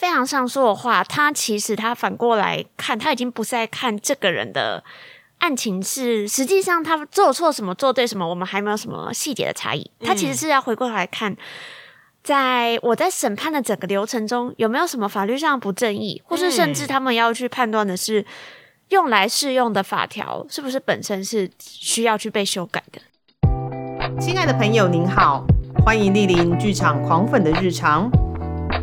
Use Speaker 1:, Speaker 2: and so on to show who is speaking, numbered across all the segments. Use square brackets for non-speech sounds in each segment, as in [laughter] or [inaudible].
Speaker 1: 非常上说的话，他其实他反过来看，他已经不是在看这个人的案情是，实际上他做错什么、做对什么，我们还没有什么细节的差异。他其实是要回过头来看，在我在审判的整个流程中，有没有什么法律上的不正义，或是甚至他们要去判断的是。用来适用的法条是不是本身是需要去被修改的？
Speaker 2: 亲爱的朋友，您好，欢迎莅临剧场狂粉的日常。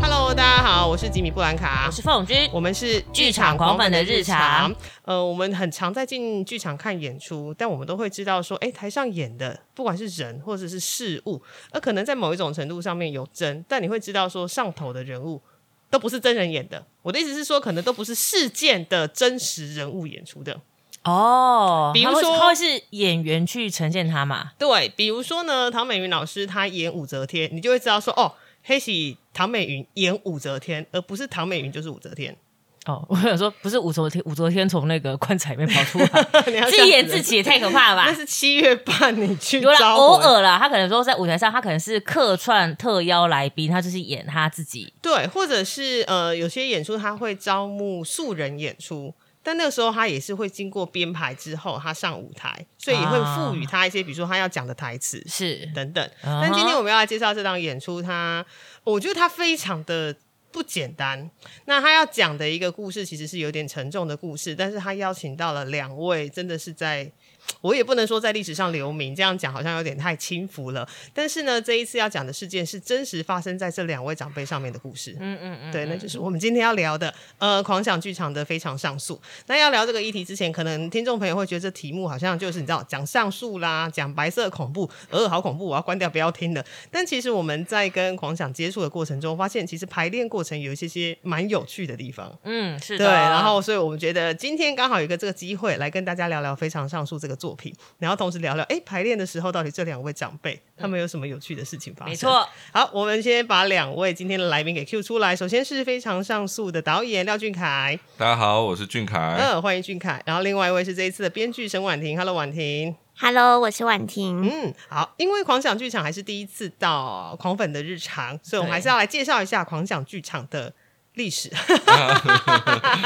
Speaker 2: Hello，大家好，我是吉米布兰卡，
Speaker 3: 我是凤君，
Speaker 2: 我们是
Speaker 3: 剧场狂粉的日常。
Speaker 2: 呃，我们很常在进剧场看演出，但我们都会知道说，哎，台上演的不管是人或者是事物，而可能在某一种程度上面有真，但你会知道说，上头的人物都不是真人演的。我的意思是说，可能都不是事件的真实人物演出的。
Speaker 4: 哦，
Speaker 2: 比如
Speaker 4: 他会
Speaker 2: 说
Speaker 4: 他会是演员去呈现他嘛？
Speaker 2: 对，比如说呢，唐美云老师她演武则天，你就会知道说，哦，黑喜唐美云演武则天，而不是唐美云就是武则天。
Speaker 4: 哦， [laughs] 我想说，不是武则天，武则天从那个棺材里面跑 [laughs] 出来，
Speaker 2: 你要
Speaker 4: 自
Speaker 2: 这样
Speaker 4: 己演
Speaker 2: 子
Speaker 4: 自己也太可怕了
Speaker 2: 那
Speaker 4: 吧？
Speaker 2: 是七月半你去
Speaker 4: 有啦，
Speaker 2: 招
Speaker 4: 偶
Speaker 2: 魂
Speaker 4: 尔啦，他可能说在舞台上，他可能是客串特邀来宾，他就是演他自己。
Speaker 2: 对，或者是呃，有些演出他会招募素人演出，但那个时候他也是会经过编排之后，他上舞台，所以也会
Speaker 4: 啊
Speaker 2: 赋予他一些，比如说他要讲的台词
Speaker 4: 是，
Speaker 2: 等等。
Speaker 4: 嗯哼
Speaker 2: 但今天我们要来介绍这档演出，它我觉得它非常的不简单。那他要讲的一个故事其实是有点沉重的故事，但是他邀请到了两位，真的是在。我也不能说在历史上留名，这样讲好像有点太轻浮了。但是呢，这一次要讲的事件是真实发生在这两位长辈上面的故事。
Speaker 4: 嗯嗯嗯，
Speaker 2: 对，那就是我们今天要聊的，呃，狂想剧场的非常上诉。那要聊这个议题之前，可能听众朋友会觉得这题目好像就是你知道讲上诉啦，讲白色恐怖，呃，好恐怖，我要关掉，不要听了。但其实我们在跟狂想接触的过程中，发现其实排练过程有一些些蛮有趣的地方。
Speaker 4: 嗯是的。
Speaker 2: 对，然后所以我们觉得今天刚好有一个这个机会来跟大家聊聊《非常上诉》这个作品，然后同时聊聊，哎，排练的时候到底这两位长辈他们有什么有趣的事情发
Speaker 4: 嗯
Speaker 2: 生？
Speaker 4: 没错，
Speaker 2: 好，我们先把两位今天的来宾给 Q 出来。首先是非常上诉的导演廖俊凯，
Speaker 5: 大家好，我是俊凯。
Speaker 2: 嗯，欢迎俊凯。然后另外一位是这一次的编剧沈婉婷，Hello，婉婷。
Speaker 1: Hello，我是婉婷。
Speaker 2: 嗯，好，因为狂想剧场还是第一次到狂粉的日常，所以我们
Speaker 4: 对
Speaker 2: 还是要来介绍一下狂想剧场的历史。 [laughs]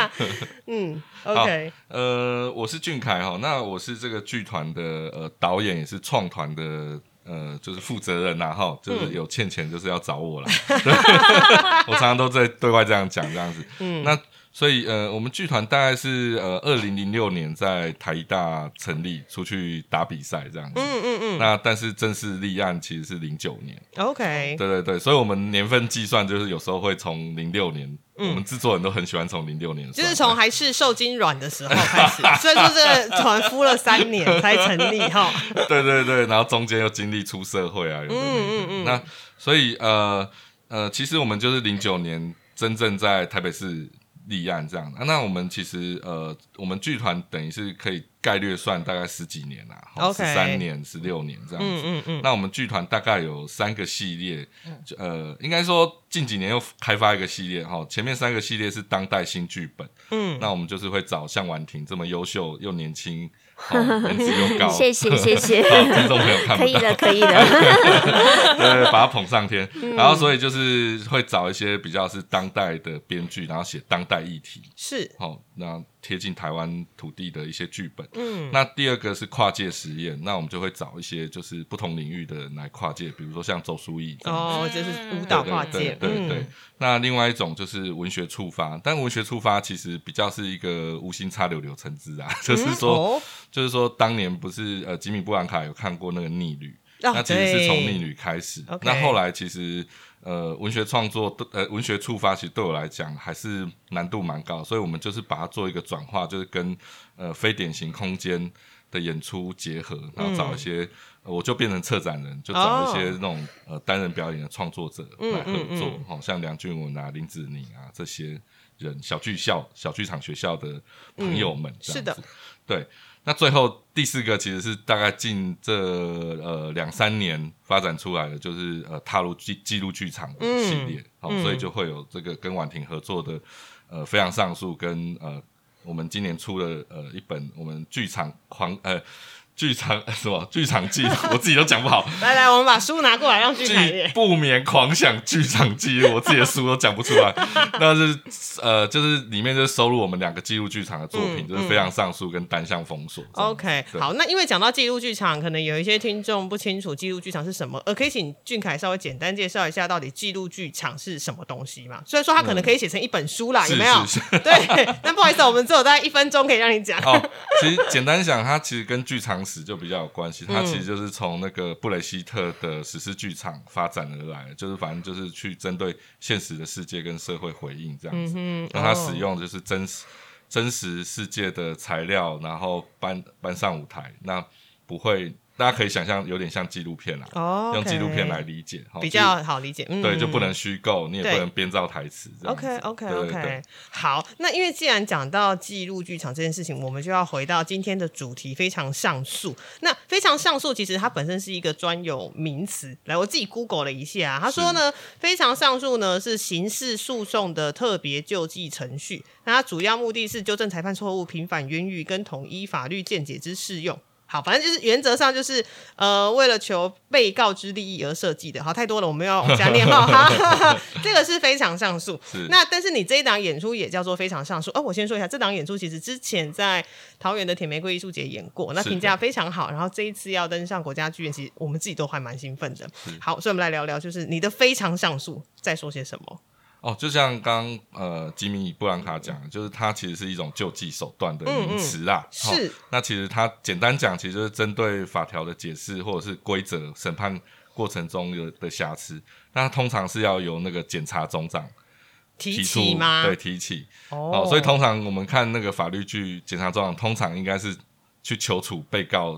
Speaker 5: [laughs]
Speaker 2: 嗯，OK，
Speaker 5: 呃，我是俊凯哈，那我是这个剧团的呃导演，也是创团的呃就是负责人呐、哈，就是有欠钱就是要找我啦。对
Speaker 2: 嗯
Speaker 5: [laughs] 我常常都在对外这样讲这样子。嗯，那所以呃，我们剧团大概是呃二零零六年在台大成立，出去打比赛这样子。
Speaker 2: 嗯嗯
Speaker 5: 那但是正式立案其实是零九年，
Speaker 2: 嗯，OK，
Speaker 5: 对对对，所以我们年份计算就是有时候会从零六年，我们制作人都很喜欢从零六年
Speaker 2: 嗯就
Speaker 5: 算，
Speaker 2: 是从还是受精卵的时候开始，所以说
Speaker 5: [laughs]
Speaker 2: 这个团敷了三年才成立哈。
Speaker 5: 对对对，然后中间又经历出社会啊，有的没
Speaker 2: 嗯嗯嗯
Speaker 5: 的。那所以呃呃，其实我们就是零九年真正在台北市立案这样的、啊那我们其实呃，我们剧团等于是可以概略算大概十几年啦、啊，十
Speaker 2: OK
Speaker 5: 三年、十六年这样子。
Speaker 2: 嗯嗯嗯，
Speaker 5: 那我们剧团大概有三个系列，就呃，应该说近几年又开发一个系列哈。前面三个系列是当代新剧本，
Speaker 2: 嗯
Speaker 5: 嗯，那我们就是会找像婉婷这么优秀又年轻，
Speaker 2: [laughs]
Speaker 5: 好颜值又高，
Speaker 1: 谢谢谢谢
Speaker 5: 好听众朋友看
Speaker 1: [laughs] 可
Speaker 5: 不
Speaker 1: 以
Speaker 5: 到，
Speaker 1: 的，可以 [laughs] 的。
Speaker 5: [laughs] 对，把它捧上天。然后所以就是会找一些比较是当代的编剧，然后写当代议题，
Speaker 2: 是，
Speaker 5: 好、那贴近台湾土地的一些剧本。
Speaker 2: 嗯
Speaker 5: 那第二个是跨界实验，那我们就会找一些就是不同领域的人来跨界，比如说像周书义这样
Speaker 2: 哦，就是舞蹈跨界，
Speaker 5: 对对对对
Speaker 2: 嗯
Speaker 5: 那另外一种就是文学触发，但文学触发其实比较是一个无心插柳柳橙汁啊， [laughs] 就是说，
Speaker 2: 哦
Speaker 5: 就是说当年不是呃吉米布兰卡有看过那个逆旅，
Speaker 2: 哦
Speaker 5: 那其实是从逆
Speaker 2: 对
Speaker 5: 旅开始
Speaker 2: OK
Speaker 5: 那后来其实呃文学创作对呃文学触发，其实对我来讲还是难度蛮高，所以我们就是把它做一个转化，就是跟呃非典型空间的演出结合，然后找一些、呃我就变成策展人，就找一些
Speaker 2: 嗯哦
Speaker 5: 那种、呃单人表演的创作者
Speaker 2: 嗯
Speaker 5: 来合
Speaker 2: 嗯
Speaker 5: 作，好、像梁俊文啊、林子宁啊这些人小剧校小剧场学校的朋友们、这样
Speaker 2: 嗯是的
Speaker 5: 子，对。那最后第四个其实是大概近这呃两三年发展出来的，就是呃踏入记记录剧场的系列，好、
Speaker 2: 嗯
Speaker 5: 所以就会有这个跟婉婷合作的呃非常上诉跟呃我们今年出了呃一本我们剧场狂呃剧场呃什么剧场记，我自己都讲不好，
Speaker 2: 来来，我们把书拿过来让俊凯
Speaker 5: 剧
Speaker 2: 念。
Speaker 5: 不眠狂想剧场记录，我自己的书都讲不出
Speaker 2: [laughs]
Speaker 5: 来。那是呃，就是里面就是收录我们两个记录剧场的作品，
Speaker 2: 嗯
Speaker 5: 就是非常上述跟单向封锁。这样
Speaker 2: OK，
Speaker 5: 对
Speaker 2: 好，那因为讲到记录剧场，可能有一些听众不清楚记录剧场是什么，呃，可以请俊凯稍微简单介绍一下到底记录剧场是什么东西嘛？虽然说它可能可以写成一本书啦，
Speaker 5: 是
Speaker 2: 有没有？
Speaker 5: 嗯是
Speaker 2: 对， [laughs] 但不好意思，我们只有大概一分钟可以让你讲。
Speaker 5: [laughs] 哦，其实简单讲，它其实跟剧场史就比较有关系。它
Speaker 2: 嗯
Speaker 5: 其实就是从那个布雷希特的史诗剧场发展而来的，就是反正就是去针对现实的世界跟社会回应这样子。
Speaker 2: 嗯
Speaker 5: 让它使用就是真实、真实世界的材料，然后搬搬上舞台，那不会，大家可以想象有点像纪录片啦，
Speaker 2: 哦，
Speaker 5: 用纪录片来理解，好
Speaker 2: 比
Speaker 5: 就
Speaker 2: 较好理解，嗯，
Speaker 5: 对，就不能虚构，你也
Speaker 2: 对
Speaker 5: 不能编造台词这样子
Speaker 2: OK OK
Speaker 5: 对对
Speaker 2: OK，
Speaker 5: 对
Speaker 2: 好，那因为既然讲到记录剧场这件事情，我们就要回到今天的主题——非常上诉。那非常上诉其实它本身是一个专有名词。来，我自己 Google 了一下、他说呢，非常上诉呢是刑事诉讼的特别救济程序，那它主要目的是纠正裁判错误、平反冤狱跟统一法律见解之适用。好，反正就是原则上就是呃，为了求被告之利益而设计的。好，太多了，我们要往下念哈。
Speaker 5: [laughs]
Speaker 2: 哈这个是非常上诉。
Speaker 5: 是
Speaker 2: 那但是你这一档演出也叫做非常上诉。哦，我先说一下，这档演出其实之前在桃园的铁玫瑰艺术节演过，那
Speaker 5: 是的
Speaker 2: 评价非常好。然后这一次要登上国家剧院，其实我们自己都还蛮兴奋的。好，所以我们来聊聊，就是你的非常上诉在说些什么？
Speaker 5: 哦，就像刚呃吉米布兰卡讲的，就是它其实是一种救济手段的名词啦。
Speaker 2: 嗯嗯是
Speaker 5: 哦那其实它简单讲，其实就是针对法条的解释或者是规则审判过程中有的瑕疵，那它通常是要由那个检察总长
Speaker 2: 提
Speaker 5: 提
Speaker 2: 起
Speaker 5: 出
Speaker 2: 吗？
Speaker 5: 对，提起。
Speaker 2: 哦
Speaker 5: 哦，所以通常我们看那个法律剧，检察长通常应该是去求处被告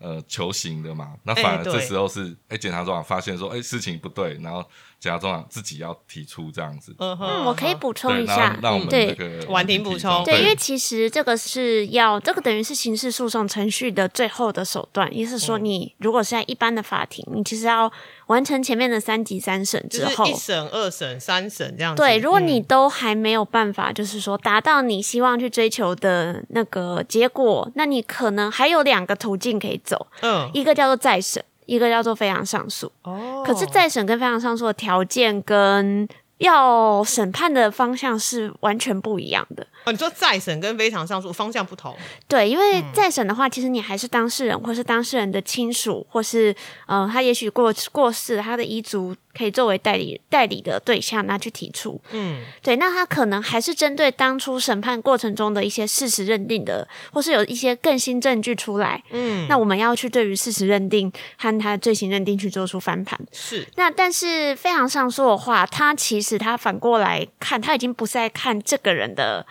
Speaker 5: 呃求刑的嘛，那反
Speaker 2: 哎
Speaker 5: 而
Speaker 2: 对
Speaker 5: 这时候是哎检、察长发现说哎、事情不对，然后检察长自己要提出这样子，
Speaker 2: 嗯哼
Speaker 1: 嗯，我可以补充
Speaker 5: 对，
Speaker 1: 一
Speaker 5: 然
Speaker 1: 下嗯
Speaker 5: 后，让我们
Speaker 1: 对。
Speaker 5: 那个
Speaker 2: 婉婷补充
Speaker 1: 对，因为其实这个是要，这个等于是刑事诉讼程序的最后的手段，也就是说，
Speaker 2: 嗯
Speaker 1: 你如果是在一般的法庭，你其实要完成前面的三级三审
Speaker 2: 就
Speaker 1: 之后
Speaker 2: 是一，审、二审、三审这样子。
Speaker 1: 对，如果你
Speaker 2: 嗯
Speaker 1: 都还没有办法，就是说达到你希望去追求的那个结果，那你可能还有两个途径可以走，
Speaker 2: 嗯
Speaker 1: 一个叫做再审，一个叫做非常上诉。
Speaker 2: 哦
Speaker 1: 可是再审跟非常上诉的条件跟要审判的方向是完全不一样的。
Speaker 2: 哦，你说再审跟非常上诉方向不同，
Speaker 1: 对，因为再审的话，其实你还是当事人，或是当事人的亲属，或是呃，他也许过过世，他的遗族可以作为代理代理的对象，那去提出。
Speaker 2: 嗯，
Speaker 1: 对，那他可能还是针对当初审判过程中的一些事实认定的，或是有一些更新证据出来，
Speaker 2: 嗯，
Speaker 1: 那我们要去对于事实认定和他罪行认定去做出翻盘。
Speaker 2: 是
Speaker 1: 那但是非常上诉的话，他其实他反过来看，他已经不再看这个人的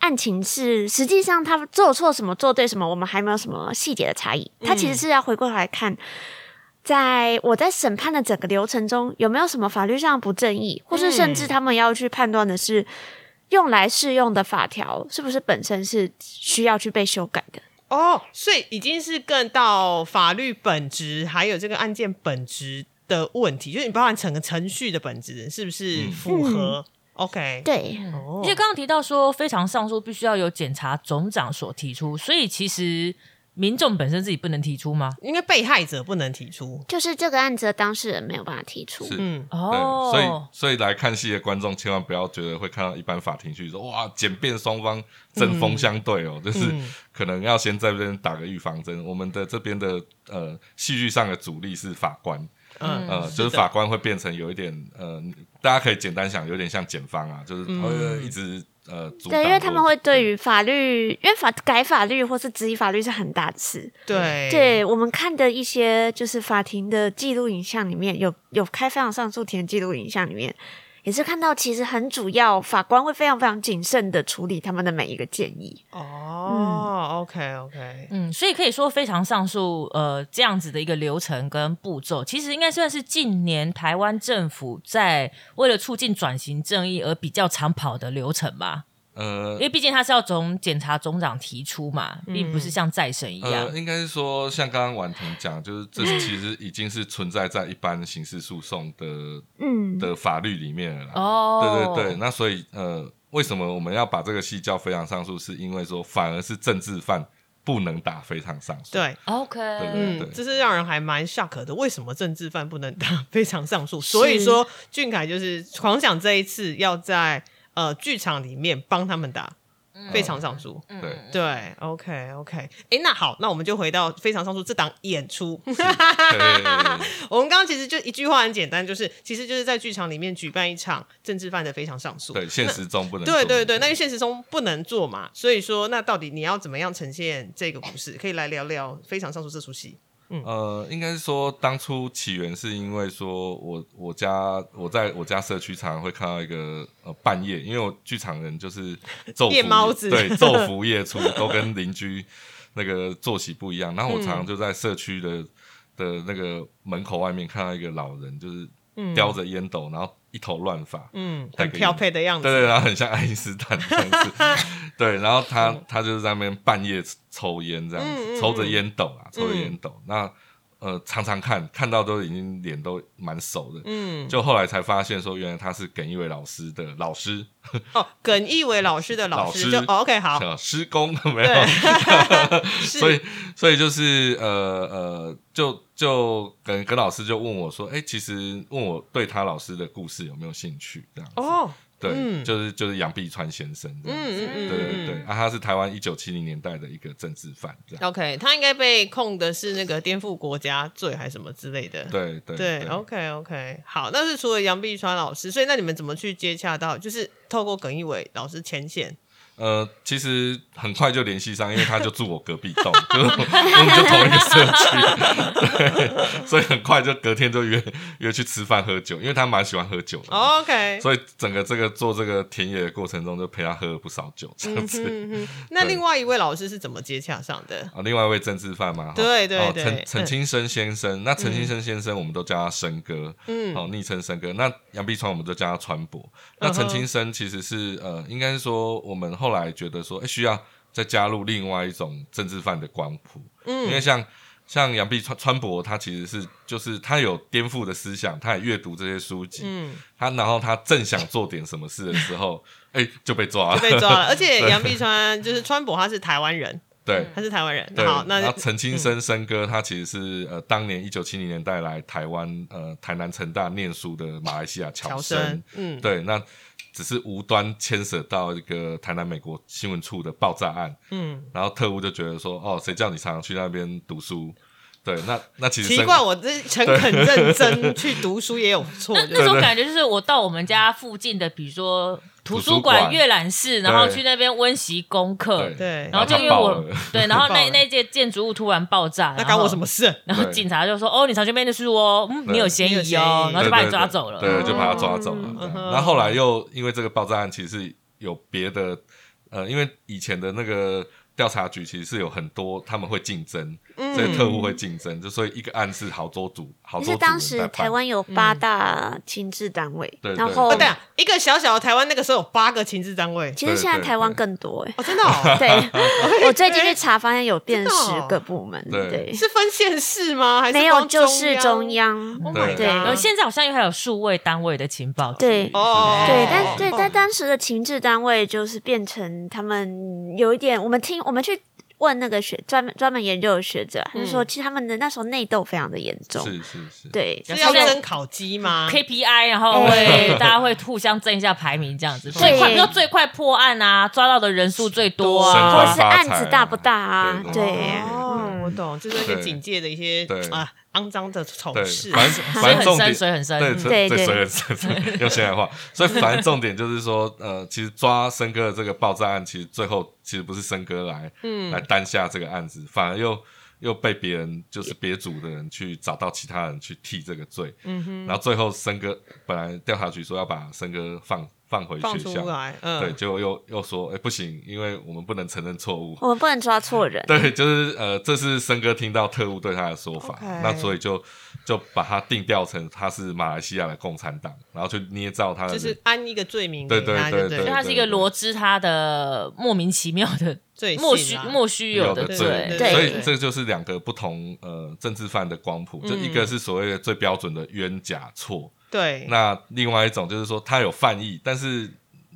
Speaker 1: 案情是实际上他做错什么、做对什么，我们还没有什么细节的差异。他其实是要回过头来看，在我在审判的整个流程中，有没有什么法律上的不正义，或是甚至他们要去判断的是。用来适用的法条是不是本身是需要去被修改的？
Speaker 2: 哦，所以已经是更到法律本质，还有这个案件本质的问题，就是你包含整个程序的本质是不是
Speaker 5: 嗯
Speaker 2: 符合、OK？
Speaker 1: 对，
Speaker 2: 哦
Speaker 4: 因为刚刚提到说，非常上诉必须要由检察总长所提出，所以其实民众本身自己不能提出吗？
Speaker 2: 应该被害者不能提出，
Speaker 1: 就是这个案子的当事人没有办法提出。
Speaker 5: 是
Speaker 2: 嗯，
Speaker 5: 对，
Speaker 4: 哦，
Speaker 5: 所以所以来看戏的观众千万不要觉得会看到一般法庭去说哇，检辩双方针
Speaker 1: 嗯
Speaker 5: 锋相对哦，就是可能要先在这边打个预防针。我们的这边的呃戏剧上的主力是法官，
Speaker 2: 嗯
Speaker 5: 呃，
Speaker 2: 是
Speaker 5: 就
Speaker 2: 的
Speaker 5: 是法官会变成有一点呃，大家可以简单想，有点像检方啊，就是他会一直呃阻
Speaker 1: 嗯
Speaker 5: 挡我，
Speaker 1: 对，因为他们会对于法律，因为法改法律或是质疑法律是很大的事。
Speaker 2: 对
Speaker 1: 对我们看的一些就是法庭的记录影像里面，有有开非常上诉庭的记录影像里面，也是看到其实很主要，法官会非常非常谨慎的处理他们的每一个建议。
Speaker 2: 哦、o k OK，
Speaker 4: 嗯，所以可以说非常上述呃这样子的一个流程跟步骤，其实应该算是近年台湾政府在为了促进转型正义而比较常跑的流程吧。
Speaker 5: 呃
Speaker 4: 因为毕竟他是要从检察总长提出嘛，并不是像再审一
Speaker 1: 啊
Speaker 4: 样。
Speaker 5: 呃，应该是说像刚刚婉婷讲，就是这其实已经是存在在一般刑事诉讼的
Speaker 1: 嗯，
Speaker 5: 的法律里面了啦。
Speaker 4: 哦，
Speaker 5: 呃对对对，，那所以呃，为什么我们要把这个戏叫非常上诉？是因为说反而是政治犯不能打非常上诉。
Speaker 2: 对，
Speaker 4: OK，
Speaker 5: 对
Speaker 2: 嗯，这是让人还蛮 shock 的。为什么政治犯不 [laughs] 能打非常上诉？所以说，俊凯就是狂想这一次要在呃剧场里面帮他们打非常上诉。
Speaker 5: 对
Speaker 2: 对，OK OK，哎、诶那好，那我们就回到《非常上诉》这档演出。 [laughs]
Speaker 5: 对，
Speaker 2: 我们刚刚其实就一句话很简单，就是其实就是在剧场里面举办一场政治犯的非常上诉。
Speaker 5: 对，现实中不能做。
Speaker 2: 对对对，那因为现实中不能做嘛，所以说那到底你要怎么样呈现这个故事？可以来聊聊《非常上诉》这出戏。
Speaker 5: 呃，应该是说当初起源是因为说我我家我在我家社区常常会看到一个呃半夜，因为我剧场人就是昼
Speaker 2: 夜
Speaker 5: 伏
Speaker 2: 猫子 [laughs]
Speaker 5: 对昼伏夜出，都跟邻居那个作息不一样。然后我
Speaker 2: 嗯
Speaker 5: 常常就在社区的、的那个门口外面看到一个老人，就是叼着烟斗，然后一头乱发，
Speaker 2: 嗯，
Speaker 5: 带
Speaker 2: 很
Speaker 5: 给你
Speaker 2: 漂配的样子。
Speaker 5: 对对，然后很像爱因斯坦这
Speaker 2: [laughs]
Speaker 5: 样子，对，然后他他就是在那边半夜抽烟这样子，
Speaker 2: 嗯嗯嗯
Speaker 5: 抽着烟斗啊，抽着
Speaker 2: 嗯
Speaker 5: 烟斗，那呃常常看看到都已经脸都蛮熟的，
Speaker 2: 嗯，
Speaker 5: 就后来才发现说原来他是耿一伟老师的老师，
Speaker 2: 哦，耿一伟老师的老
Speaker 5: 老师
Speaker 2: 师就、哦、OK 好，
Speaker 5: 呃师公 [laughs] 没有
Speaker 2: 对，是
Speaker 5: 所以所以就是呃呃，就就耿耿老师就问我说，哎，其实问我对他老师的故事有没有兴趣这样子，
Speaker 2: 哦，
Speaker 5: 对，
Speaker 2: 嗯
Speaker 5: 就是就是杨碧川先生这样子。
Speaker 2: 嗯嗯
Speaker 5: 对对
Speaker 2: 嗯
Speaker 5: 对，啊，他是台湾一九七零年代的一个政治犯，这样。
Speaker 2: ，OK，他应该被控的是那个颠覆国家罪还是什么之类的。
Speaker 5: 对对
Speaker 2: 对，OK 哦 OK，好，那是除了杨碧川老师，所以那你们怎么去接洽到？就是透过耿一伟老师牵线，
Speaker 5: 呃，其实很快就联系上，因为他就住我隔壁 [laughs] 栋，就是我我们就同一个社区，对，所以很快就隔天就约约去吃饭喝酒，因为他蛮喜欢喝酒的，
Speaker 2: 哦 OK，
Speaker 5: 所以整个这个做这个田野的过程中，就陪他喝了不少酒，这样子。
Speaker 2: 嗯
Speaker 5: [laughs]
Speaker 2: 哼，那
Speaker 5: 对
Speaker 2: 另外一位老师是怎么接洽上的？
Speaker 5: 啊，另外一位政治犯嘛，哈
Speaker 2: 对对
Speaker 5: 哦
Speaker 2: 对
Speaker 5: 陈陈
Speaker 2: 嗯
Speaker 5: 清生先生，那陈清生先生我们都叫他生哥，嗯，好、昵称生哥。那杨碧川我们都叫他川博。
Speaker 2: 嗯
Speaker 5: 那陈清生其实是呃，应该是说我们后来觉得说，哎，需要再加入另外一种政治犯的光谱，嗯，因为像。像杨碧川川博，他其实是就是他有颠覆的思想，他也阅读这些书籍，
Speaker 2: 嗯，
Speaker 5: 他然后他正想做点什么事的时候，哎、就被抓了，
Speaker 2: 就被抓了，而且杨碧川就是川博，他是台湾人，
Speaker 5: [laughs] 对，
Speaker 2: 他是台湾人。
Speaker 5: 对，
Speaker 2: 好，那嗯
Speaker 5: 然后陈清生生哥他其实是呃当年一九七零年代来台湾呃台南成大念书的马来西亚侨
Speaker 2: 乔生，嗯，
Speaker 5: 对，那只是无端牵扯到一个台南美国新闻处的爆炸案，
Speaker 2: 嗯，
Speaker 5: 然后特务就觉得说哦，谁叫你常常去那边读书？对，那那其实
Speaker 2: 奇
Speaker 5: 生
Speaker 2: 怪，我这诚恳
Speaker 5: [laughs]
Speaker 2: 认真去读书也有错，就
Speaker 4: 那
Speaker 2: 是
Speaker 4: 种感觉就是我到我们家附近的，比如说图
Speaker 5: 图
Speaker 4: 书
Speaker 5: 书馆
Speaker 4: 馆、阅览室，然后去那边温习功课
Speaker 5: 对。
Speaker 2: 对
Speaker 4: 然后就因为
Speaker 5: 然后他
Speaker 4: 我
Speaker 5: 爆了 [laughs]
Speaker 4: 对，然后
Speaker 2: 爆
Speaker 4: 那
Speaker 2: 了
Speaker 4: 那届建筑物突然爆炸，
Speaker 2: 那
Speaker 4: 然
Speaker 2: 关
Speaker 4: 后
Speaker 2: 我什么？事？
Speaker 4: 然后
Speaker 5: 对
Speaker 4: 警察就说：“哦，你常去面的书哦，嗯，
Speaker 5: 对
Speaker 4: 你有嫌
Speaker 2: 你有
Speaker 4: 疑
Speaker 2: 嫌
Speaker 4: 哦。”
Speaker 2: 疑
Speaker 4: 然后就把你抓走了。
Speaker 5: 对，对就把他抓走了。
Speaker 1: 嗯
Speaker 5: 这样
Speaker 2: 嗯哼
Speaker 5: 然后后来又因为这个爆炸案，其实有别的，呃，因为以前的那个调查局其实是有很多他们会竞争，
Speaker 1: 嗯
Speaker 2: 嗯
Speaker 5: 这些特务会竞争，就所以一个案是好多组，好
Speaker 1: 就是
Speaker 5: 多组人
Speaker 1: 当
Speaker 5: 在
Speaker 1: 时
Speaker 5: 办
Speaker 1: 台湾有八大情治单位，
Speaker 5: 对对
Speaker 1: 然后
Speaker 2: 哦，对啊，一个小小的台湾那个时候有八个情治单位，
Speaker 1: 其实现在台湾更
Speaker 2: [laughs]
Speaker 1: 多哎、
Speaker 2: 哦，真的哦，
Speaker 1: 对，我最近
Speaker 2: [laughs]
Speaker 1: 去查，发现有变
Speaker 2: 真的哦
Speaker 1: 十个部门，
Speaker 5: 对
Speaker 1: 对，
Speaker 2: 是分县市吗？还是
Speaker 1: 没有
Speaker 2: 光
Speaker 1: 就是中
Speaker 2: 央
Speaker 1: 央，
Speaker 2: ？Oh my
Speaker 1: 对
Speaker 2: god！
Speaker 4: 然后现在好像又还有数位单位的情报局
Speaker 1: 对
Speaker 2: 哦，
Speaker 1: 对，但对，
Speaker 2: 哦
Speaker 1: 但当时的情治单位就是变成他们有一点，我们听我们去问那个学专门专门研究的学者，他就说其实他们的那时候内斗非常的严重，
Speaker 5: 嗯是是是，
Speaker 1: 对，
Speaker 2: 是要
Speaker 4: 现在
Speaker 2: 蒸烤鸡吗？哦
Speaker 4: KPI，然后会大家会互相争一下排名，这
Speaker 2: [laughs]
Speaker 4: 样子最快，比如说最快破案啊，抓到的人数最多
Speaker 5: 升
Speaker 4: 啊
Speaker 5: 官
Speaker 1: 或，是
Speaker 5: 发财
Speaker 1: 案子大不大啊？
Speaker 5: 对
Speaker 1: 对，
Speaker 2: 哦，我懂，就是那些
Speaker 5: 对
Speaker 2: 警戒的一些
Speaker 5: 对
Speaker 2: 啊肮脏的丑
Speaker 5: 对，
Speaker 2: 事。
Speaker 5: 反正反正重点
Speaker 4: 水很深水很深
Speaker 5: 对，
Speaker 1: 嗯对
Speaker 5: 水很深，水用现在话。所以反正重点就是说，呃，其实抓森哥的这个爆炸案，其实最后其实不是森哥来，嗯，来担下这个案子，反而又又被别人就是别组的人去找到其他人去替这个罪，嗯哼。然后最后森哥本来调查局说要把森哥放放回
Speaker 2: [laughs] 放
Speaker 5: 去
Speaker 2: 出
Speaker 5: 想，
Speaker 2: 来，
Speaker 5: 对，
Speaker 2: 嗯，
Speaker 5: 结果又又说，哎、不行，因为我们不能承认错误。
Speaker 1: 我们不能抓错人。
Speaker 5: 对，就是呃，这是森哥听到特务对他的说法
Speaker 2: OK
Speaker 5: 那所以就就把他定调成他是马来西亚的共产党，然后就捏造他的
Speaker 2: 就是安一个罪名
Speaker 5: 对
Speaker 2: 给他，
Speaker 5: 对
Speaker 2: 就
Speaker 5: 对
Speaker 4: 所以
Speaker 5: 对
Speaker 4: 他是一个罗织他的莫名其妙的
Speaker 2: 罪
Speaker 4: 莫须
Speaker 2: 行啊
Speaker 4: 莫须有的
Speaker 5: 的
Speaker 2: 对
Speaker 4: 罪
Speaker 5: 罪，
Speaker 1: 对
Speaker 5: 所
Speaker 1: 对
Speaker 5: 以这就是两个不同呃政治犯的光谱，就一个是所谓的最标准的冤假错，
Speaker 2: 对，
Speaker 5: 那另外一种就是说他有犯意，但是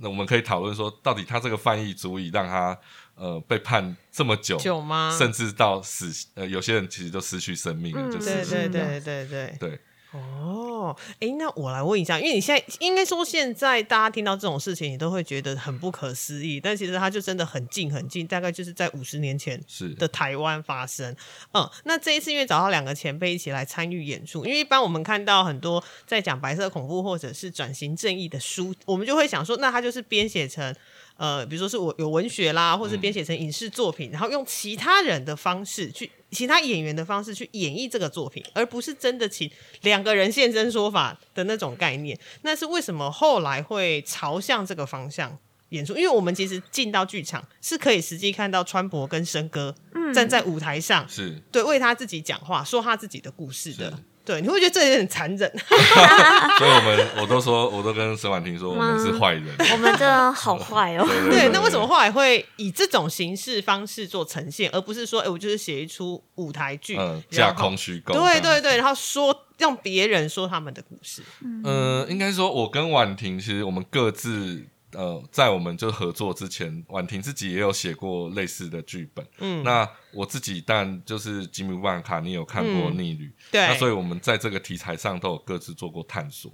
Speaker 5: 我们可以讨论说，到底他这个犯意足以让他呃被判这么久，
Speaker 2: 久吗？
Speaker 5: 甚至到死，呃，有些人其实就失去生命了，
Speaker 1: 嗯
Speaker 5: 就
Speaker 2: 对
Speaker 5: 是
Speaker 2: 对
Speaker 1: 嗯
Speaker 2: 对对对。
Speaker 5: 对，
Speaker 2: 哦，哎，那我来问一下，因为你现在应该说现在大家听到这种事情，你都会觉得很不可思议，但其实它就真的很近很近，大概就是在五十年前
Speaker 5: 是
Speaker 2: 的台湾发生。嗯，那这一次因为找到两个前辈一起来参与演出，因为一般我们看到很多在讲白色恐怖或者是转型正义的书，我们就会想说，那它就是编写成。呃，比如说是我有文学啦，或是编写成影视作品，然后用其他人的方式去，其他演员的方式去演绎这个作品，而不是真的请两个人现身说法的那种概念。那是为什么后来会朝向这个方向演出？因为我们其实进到剧场是可以实际看到川博跟生哥站在舞台上，
Speaker 5: 是
Speaker 2: 对，为他自己讲话，说他自己的故事的
Speaker 5: 是。
Speaker 2: 对，你会觉得这有点残
Speaker 5: [laughs]
Speaker 2: 忍，
Speaker 5: 所以我们我都说，我都跟沈婉婷说，我们是
Speaker 2: [laughs]
Speaker 5: 坏人。
Speaker 1: 我们真的好坏哦。
Speaker 5: [laughs] 对
Speaker 2: 对，那为什么后来会以这种形式方式做呈现，而不是说，哎、我就是写一出舞台剧，
Speaker 5: 嗯
Speaker 2: 然
Speaker 5: 架
Speaker 2: 后
Speaker 5: 空虚构？
Speaker 2: 对对对，然后说让别人说他们的故事，
Speaker 5: 呃，应该说，我跟婉婷其实我们各自呃，在我们就合作之前，婉婷自己也有写过类似的剧本。
Speaker 2: 嗯，
Speaker 5: 那我自己，但就是吉米万卡，你有看过《
Speaker 2: 嗯
Speaker 5: 逆旅》
Speaker 2: 对，
Speaker 5: 那所以我们在这个题材上都有各自做过探索。